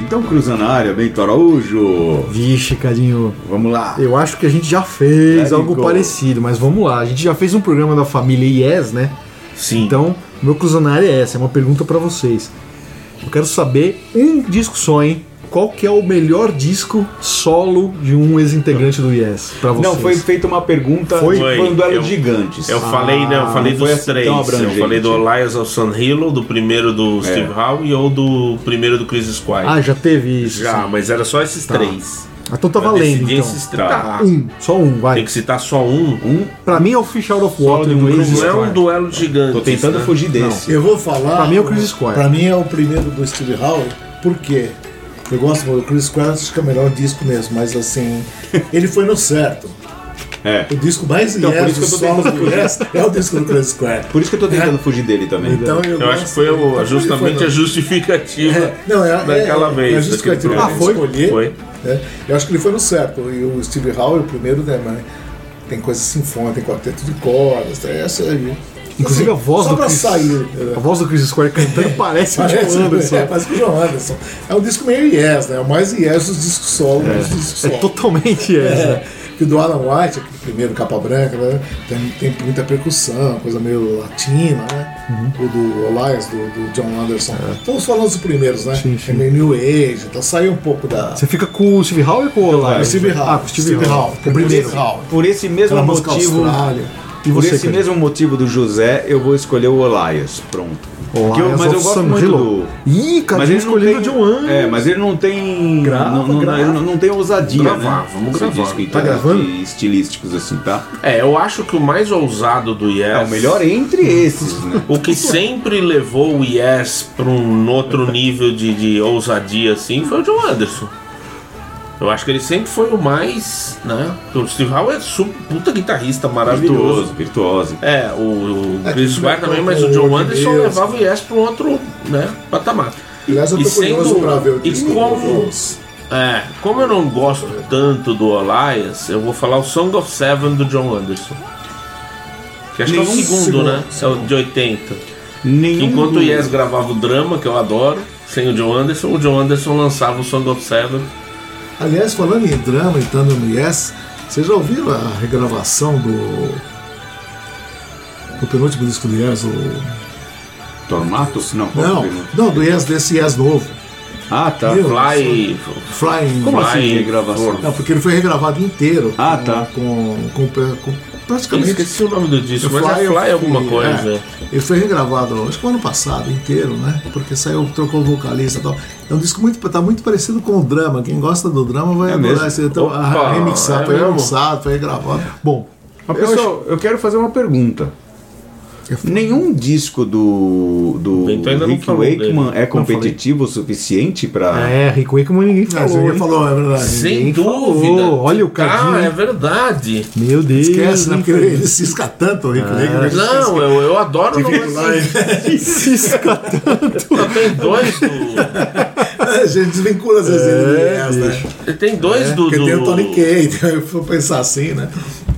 Speaker 2: Então cruza na área, Bento Araújo.
Speaker 3: Vixe, Cadinho.
Speaker 2: Vamos lá.
Speaker 3: Eu acho que a gente já fez
Speaker 2: Let it
Speaker 3: algo
Speaker 2: go.
Speaker 3: parecido, mas vamos lá. A gente já fez um programa da família Yes, né?
Speaker 4: Sim.
Speaker 3: Então, meu cruzionário é essa, é uma pergunta pra vocês. Eu quero saber um disco só, hein? Qual que é o melhor disco solo de um ex-integrante do Yes pra vocês?
Speaker 2: Não, foi feita uma pergunta
Speaker 3: Foi?
Speaker 2: de quando eram
Speaker 4: Eu-
Speaker 2: gigantes. Ah,
Speaker 4: Eu falei, né? Eu falei
Speaker 2: não foi
Speaker 4: dos
Speaker 2: assim
Speaker 4: três.
Speaker 2: tão
Speaker 4: Eu
Speaker 2: abrangente. É.
Speaker 4: falei do Elias of Sun Hill, do primeiro do Steve Howe ou do primeiro do Chris Squire.
Speaker 3: Ah, já teve isso.
Speaker 4: Já, mas era só
Speaker 2: Tá.
Speaker 4: esses três.
Speaker 3: Ah, Então tá
Speaker 4: Eu
Speaker 3: valendo,
Speaker 4: decidi
Speaker 3: então.
Speaker 4: esses três. Tá.
Speaker 3: Um, só um, vai.
Speaker 4: Tem que citar só um.
Speaker 2: Um,
Speaker 3: Pra mim é o Fish Out of
Speaker 2: Solo
Speaker 3: Water
Speaker 2: de
Speaker 3: do
Speaker 2: um
Speaker 3: Chris
Speaker 4: Não é
Speaker 3: Squire.
Speaker 4: um duelo gigante.
Speaker 2: tô tentando
Speaker 4: né?
Speaker 2: fugir desse.
Speaker 5: Eu vou falar.
Speaker 3: Pra mim é o Chris Squire.
Speaker 5: Pra mim é o primeiro do Steve Howe, por quê? Eu gosto do Chris Squire, acho que é o melhor disco mesmo, mas assim, ele foi no certo.
Speaker 2: É.
Speaker 5: O disco mais
Speaker 2: Então, por
Speaker 5: yes
Speaker 2: isso que eu tô
Speaker 5: dos solos
Speaker 2: tentando
Speaker 5: do yes é o disco do Crazy Square.
Speaker 2: Por isso que eu tô tentando fugir dele também.
Speaker 5: Então eu,
Speaker 4: Eu acho que foi o- justamente a justificativa
Speaker 5: É, não, é- é-
Speaker 4: daquela
Speaker 5: é-
Speaker 4: vez.
Speaker 5: é a justificativa.
Speaker 4: daquele
Speaker 5: Ah, foi?
Speaker 4: programa.
Speaker 2: É.
Speaker 5: Foi. né? Eu acho que ele foi no certo. E o Steve Howe, o primeiro, né, mas tem coisa sinfônica, tem quarteto de cordas, tem essa aí.
Speaker 3: Inclusive a
Speaker 5: Assim,
Speaker 3: voz
Speaker 5: só
Speaker 3: do
Speaker 5: pra
Speaker 3: Chris.
Speaker 5: sair.
Speaker 3: A voz do Chris Square cantando parece o John
Speaker 5: Parece,
Speaker 3: Tipo Anderson.
Speaker 5: é, parece que o John Anderson. É um disco meio yes, né? É o mais yes dos discos solo. Dos discos
Speaker 3: É
Speaker 5: solo.
Speaker 3: totalmente essa.
Speaker 5: É, que o do Alan White, aquele primeiro capa branca, né? tem, tem muita percussão, coisa meio latina, né?
Speaker 3: Uhum.
Speaker 5: O do Elias, do, do John Anderson. Estamos falando dos primeiros, né?
Speaker 3: É. Sim, sim.
Speaker 5: É meio New Age, então saiu um pouco da.
Speaker 3: Você fica com o Steve Howe ou com o
Speaker 5: Ah,
Speaker 3: Elias?
Speaker 5: o Steve Howe.
Speaker 3: Ah, com o Steve, Howe.
Speaker 5: O primeiro Howe.
Speaker 2: Por esse mesmo
Speaker 5: Aquela música
Speaker 2: motivo.
Speaker 5: Austrália.
Speaker 3: E
Speaker 2: Por
Speaker 3: você,
Speaker 2: esse
Speaker 3: cara?
Speaker 2: mesmo motivo do José, eu vou escolher o Elias. Pronto. Que eu-
Speaker 3: Elias
Speaker 2: mas eu
Speaker 3: of
Speaker 2: gosto
Speaker 3: Sun
Speaker 2: muito
Speaker 3: Hill.
Speaker 2: do.
Speaker 3: Ih, cara,
Speaker 2: Mas
Speaker 3: eu
Speaker 2: ele não
Speaker 3: escolhi
Speaker 2: tem,
Speaker 3: o John Anderson.
Speaker 2: É, mas ele não tem.
Speaker 3: Grava,
Speaker 2: não, não,
Speaker 3: grava.
Speaker 2: ele não, não tem ousadia.
Speaker 4: Gravar,
Speaker 2: né?
Speaker 4: vamos
Speaker 2: Esse
Speaker 4: gravar.
Speaker 2: disco, em
Speaker 3: Tá
Speaker 2: termos
Speaker 3: gravando?
Speaker 2: de Estilísticos, assim, tá?
Speaker 4: É, eu acho que o mais ousado do Yes.
Speaker 2: É o melhor entre
Speaker 3: Hum.
Speaker 2: esses, né?
Speaker 4: O que sempre levou o Yes para um outro nível de, de ousadia assim foi o John Anderson. Eu acho que ele sempre foi o mais, né? O Steve Howe é su- puta guitarrista maravilhoso.
Speaker 2: Virtuoso, virtuoso.
Speaker 4: É, o, o
Speaker 5: É,
Speaker 4: Chris
Speaker 5: que
Speaker 4: Squire também, mas o
Speaker 5: tocou
Speaker 4: John
Speaker 5: o
Speaker 4: Anderson
Speaker 5: Deus.
Speaker 4: levava o Yes para um outro, né, patamar.
Speaker 5: Aliás, eu
Speaker 4: E
Speaker 5: tô curioso
Speaker 4: sendo-
Speaker 5: pra ver o
Speaker 4: e
Speaker 5: disco
Speaker 4: como-
Speaker 5: do-
Speaker 4: É, como eu não gosto tanto do Elias, eu vou falar o Song of Seven do John Anderson. Que acho que é o
Speaker 5: Nenhum
Speaker 4: segundo,
Speaker 5: segundo,
Speaker 4: né? É o de 80.
Speaker 2: Nenhum
Speaker 4: Enquanto o
Speaker 2: dos-
Speaker 4: Yes gravava o drama, que eu adoro, sem o John Anderson, o John Anderson lançava o Song of Seven.
Speaker 5: Aliás, falando em drama, entrando no Yes, vocês já ouviram a regravação do. do penúltimo disco do Yes? O...
Speaker 2: Tornatos? Não, qual
Speaker 5: Não,
Speaker 2: que foi, né?
Speaker 5: não, do Yes, desse Yes novo.
Speaker 2: Ah, tá.
Speaker 5: Meu.
Speaker 4: Fly.
Speaker 5: Flying.
Speaker 2: Como
Speaker 4: Vai,
Speaker 2: assim regravação?
Speaker 3: Tá
Speaker 5: Não, porque ele foi regravado inteiro.
Speaker 2: Ah,
Speaker 5: com,
Speaker 2: tá.
Speaker 5: Com, com, com-
Speaker 4: Eu
Speaker 5: praticamente.
Speaker 4: esqueci o nome do disco, mas é
Speaker 5: of
Speaker 4: Fly alguma
Speaker 5: Fury,
Speaker 4: coisa.
Speaker 5: é. Ele foi regravado, acho que o ano passado inteiro, né? Porque saiu, trocou o vocalista e tal. É um disco muito, tá muito parecido com o drama. Quem gosta do drama vai
Speaker 2: É mesmo?
Speaker 5: adorar esse. Então, a-
Speaker 4: Opa,
Speaker 5: remixado,
Speaker 4: é
Speaker 5: foi
Speaker 4: mesmo?
Speaker 5: remixado, foi regravado.
Speaker 3: Bom,
Speaker 2: Mas, pessoal, eu quero fazer uma pergunta. Nenhum disco do, do
Speaker 4: Bento ainda não
Speaker 2: Rick
Speaker 4: falou
Speaker 2: Wakeman é
Speaker 3: Não falei.
Speaker 2: competitivo o suficiente pra.
Speaker 3: é, Rick Wakeman ninguém
Speaker 5: Mas
Speaker 3: falou.
Speaker 5: ele
Speaker 3: hein?
Speaker 5: falou, é verdade.
Speaker 4: Sem
Speaker 3: Ninguém falou.
Speaker 4: dúvida.
Speaker 3: Olha o cadinho,
Speaker 4: Ah,
Speaker 3: hein?
Speaker 4: é verdade.
Speaker 3: Meu Deus.
Speaker 5: Esquece, né? Porque
Speaker 3: hein?
Speaker 5: ele, ele cisca tanto, o Rick Wakeman.
Speaker 4: Ah, Não, eu, eu adoro o nome Tem dois do.
Speaker 5: A gente desvincula às vezes ele do Yes, né?
Speaker 4: Tem dois do.
Speaker 5: Porque tem o
Speaker 4: do-
Speaker 5: Tony Kay, eu vou pensar assim, né?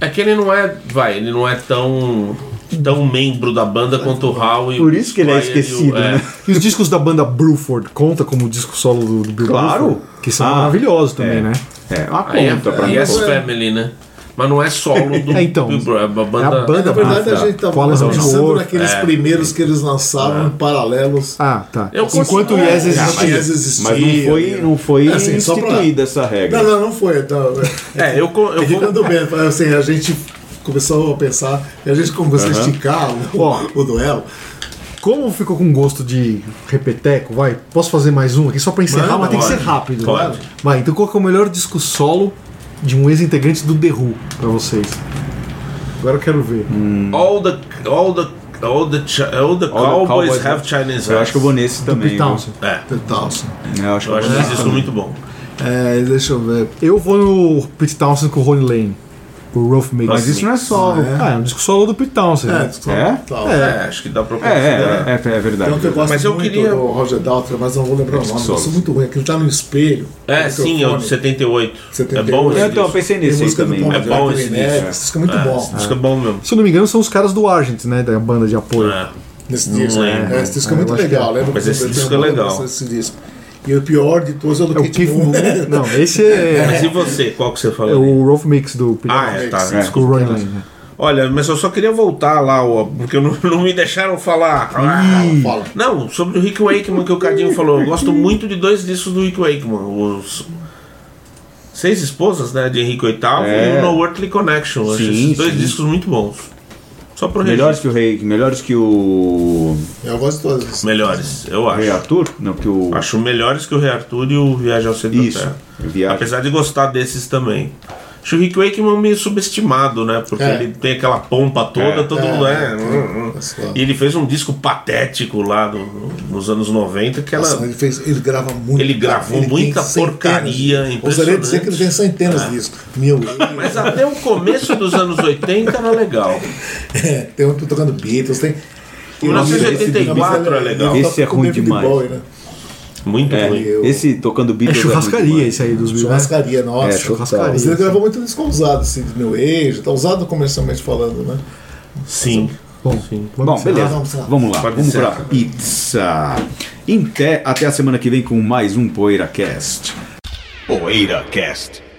Speaker 4: É que ele não é. Vai, ele não é tão. tão membro da banda quanto o Howie.
Speaker 2: Por isso que ele é
Speaker 4: Fly e o-
Speaker 2: esquecido,
Speaker 4: é.
Speaker 2: né?
Speaker 3: E os discos da banda Bruford conta como disco solo do, do Bill
Speaker 2: Claro.
Speaker 3: Bruford? Que são
Speaker 2: Ah,
Speaker 3: maravilhosos também,
Speaker 2: é.
Speaker 3: né?
Speaker 2: É, uma
Speaker 4: Aí é,
Speaker 2: conta pra mim.
Speaker 4: yes
Speaker 2: pô.
Speaker 4: Family, né? Mas não é solo do.
Speaker 3: É, então,
Speaker 4: do Bra- a
Speaker 3: É
Speaker 4: banda.
Speaker 3: a banda
Speaker 5: Na verdade,
Speaker 3: ah,
Speaker 5: a gente tá
Speaker 3: Fala
Speaker 5: mais
Speaker 3: do
Speaker 5: pensando
Speaker 3: horror.
Speaker 5: naqueles
Speaker 4: É.
Speaker 5: primeiros que eles lançavam paralelos.
Speaker 3: Ah, tá.
Speaker 4: Eu
Speaker 3: Enquanto o
Speaker 4: consigo-
Speaker 3: Yes
Speaker 4: Ah,
Speaker 3: existia.
Speaker 5: Yes existia.
Speaker 2: Mas não foi, não foi
Speaker 5: É, assim, só pra-
Speaker 2: instituída essa regra.
Speaker 5: Não, não, não foi. Então,
Speaker 4: É, eu, co- eu
Speaker 5: eu
Speaker 4: vou.
Speaker 5: ficando bem, mas, assim, a gente começou a pensar, e a gente começou a esticar o,
Speaker 3: Ó.
Speaker 5: o duelo.
Speaker 3: Como ficou com gosto de repeteco, vai, posso fazer mais um aqui só pra encerrar,
Speaker 5: Manda,
Speaker 3: mas tem que ser
Speaker 4: pode.
Speaker 3: rápido. né?
Speaker 4: Pode.
Speaker 3: Vai, então qual que é o melhor disco solo de um ex-integrante do The Who pra vocês? Agora eu quero ver.
Speaker 2: Hum,
Speaker 4: All the. All the. All the, chi- all the
Speaker 2: Olha,
Speaker 4: Cowboys
Speaker 2: Cowboys, né?
Speaker 4: have Chinese
Speaker 2: Eu acho que eu vou nesse também.
Speaker 3: Pete Townsend.
Speaker 4: É.
Speaker 5: Pete Townsend.
Speaker 2: viu? Eu acho que
Speaker 4: Eu
Speaker 2: eu vou
Speaker 4: acho que esse
Speaker 2: nesse
Speaker 4: disco é
Speaker 2: também.
Speaker 4: muito bom.
Speaker 5: assim. É, deixa eu ver.
Speaker 3: Eu vou no Pete Townsend com o Ronnie Lane. O Rolf Mason.
Speaker 2: Mas isso não é solo.
Speaker 3: Ah, é um disco solo do Pete Townsend. né?
Speaker 2: É?
Speaker 5: Tal.
Speaker 4: É, acho que dá pra
Speaker 2: É, é,
Speaker 4: considerar.
Speaker 2: é, é verdade.
Speaker 5: Tem um que eu gosto
Speaker 4: Mas eu
Speaker 5: muito
Speaker 4: queria-
Speaker 5: do Roger Daltrey, mas não vou lembrar o nome. Eu
Speaker 2: Solos.
Speaker 5: sou muito ruim, aquele tá no espelho.
Speaker 4: É,
Speaker 5: no
Speaker 4: sim, é o
Speaker 5: microfone.
Speaker 4: de 78.
Speaker 5: 78.
Speaker 4: É bom
Speaker 2: Eu,
Speaker 4: esse
Speaker 2: então, eu
Speaker 4: disco.
Speaker 2: pensei
Speaker 5: Tem
Speaker 2: nesse aí
Speaker 5: música do
Speaker 2: também.
Speaker 5: Tom
Speaker 4: É
Speaker 5: Jobim,
Speaker 4: bom esse disco,
Speaker 5: né?
Speaker 4: é.
Speaker 5: Esse disco é muito
Speaker 4: É,
Speaker 5: bom.
Speaker 4: esse disco é bom mesmo.
Speaker 3: Se eu não me engano, são os caras do Argent, né? Da banda de apoio.
Speaker 4: É.
Speaker 5: Nesse
Speaker 4: Não
Speaker 5: disco.
Speaker 4: lembro.
Speaker 5: É, esse disco é
Speaker 3: Ah, eu
Speaker 5: muito
Speaker 3: acho que
Speaker 5: legal,
Speaker 3: é.
Speaker 5: lembra?
Speaker 4: Mas
Speaker 5: que
Speaker 4: esse
Speaker 5: eu
Speaker 4: disco é
Speaker 5: tenho uma
Speaker 4: legal.
Speaker 5: lembrança desse disco. E o pior de todos é o do
Speaker 3: É o
Speaker 5: Kate
Speaker 3: Keith
Speaker 5: Moon.
Speaker 3: Moon. Não, esse é,
Speaker 4: Mas e você, qual que você
Speaker 3: é
Speaker 4: falou?
Speaker 3: o Rolf Mix do Pete
Speaker 4: Ah, é,
Speaker 3: Townsend.
Speaker 4: tá.
Speaker 2: É.
Speaker 3: Com o
Speaker 4: Desculpa.
Speaker 3: Ronnie Lane. né?
Speaker 4: Olha, mas eu só queria voltar lá, ó, porque não, não me deixaram falar.
Speaker 5: Ah, fala.
Speaker 4: Não, sobre o Rick Wakeman que o Cadinho falou. Eu gosto muito de dois discos do Rick Wakeman. Os Seis Esposas, né, de Henrique VIII
Speaker 2: É.
Speaker 4: e o No Earthly Connection. Eu acho
Speaker 2: Sim,
Speaker 4: esses dois
Speaker 2: sim.
Speaker 4: discos muito bons. Só pro
Speaker 2: Melhores
Speaker 4: registro.
Speaker 2: que o Rei, melhores que o
Speaker 5: Eu gosto de todas.
Speaker 4: Melhores, eu
Speaker 2: Rei
Speaker 4: acho.
Speaker 2: Arthur? Não, que o
Speaker 4: Acho melhores que o Rei Arthur e o Viagem ao Centro
Speaker 2: Isso,
Speaker 4: da Terra.
Speaker 2: Viagem.
Speaker 4: Apesar de gostar desses também. Acho que o Rick Wakeman meio subestimado, né? Porque
Speaker 5: É.
Speaker 4: ele tem aquela pompa toda, todo mundo é. hum, hum.
Speaker 5: Pessoal.
Speaker 4: E ele fez um disco patético lá do- nos anos 90, que ela.
Speaker 5: Nossa, ele, fez, ele grava muito.
Speaker 4: Ele gravou
Speaker 5: tem
Speaker 4: muita
Speaker 5: centenas.
Speaker 4: porcaria,
Speaker 5: Ousaria
Speaker 4: impressionante.
Speaker 5: dizer
Speaker 4: Ah.
Speaker 5: que ele tem centenas disso. Mil.
Speaker 4: Mas até o começo dos anos 80 era legal.
Speaker 5: É, tem um tocando Beatles, tem.
Speaker 4: 1984 é legal.
Speaker 5: Ele
Speaker 2: Esse é
Speaker 5: toca com
Speaker 2: ruim
Speaker 5: David
Speaker 2: demais.
Speaker 5: Bowie, né?
Speaker 4: Muito
Speaker 2: É,
Speaker 4: ruim.
Speaker 5: Eu-
Speaker 2: esse tocando
Speaker 3: É
Speaker 2: Beatles. ruim
Speaker 3: churrascaria
Speaker 2: demais.
Speaker 3: esse aí dos Beatles. né?
Speaker 5: Churrascaria, nossa.
Speaker 2: É, churrascaria.
Speaker 5: Mas ele gravou muito disco usado, assim, do New Age, tá usado comercialmente falando, né?
Speaker 4: Sim.
Speaker 3: Bom,
Speaker 4: Sim.
Speaker 3: vamos
Speaker 2: Bom,
Speaker 3: encerrar.
Speaker 2: beleza.
Speaker 5: vamos lá.
Speaker 2: Vamos lá.
Speaker 4: Pode
Speaker 2: Vamos
Speaker 4: ser.
Speaker 2: pra pizza. Em té- até a semana que vem com mais um PoeiraCast.
Speaker 6: PoeiraCast.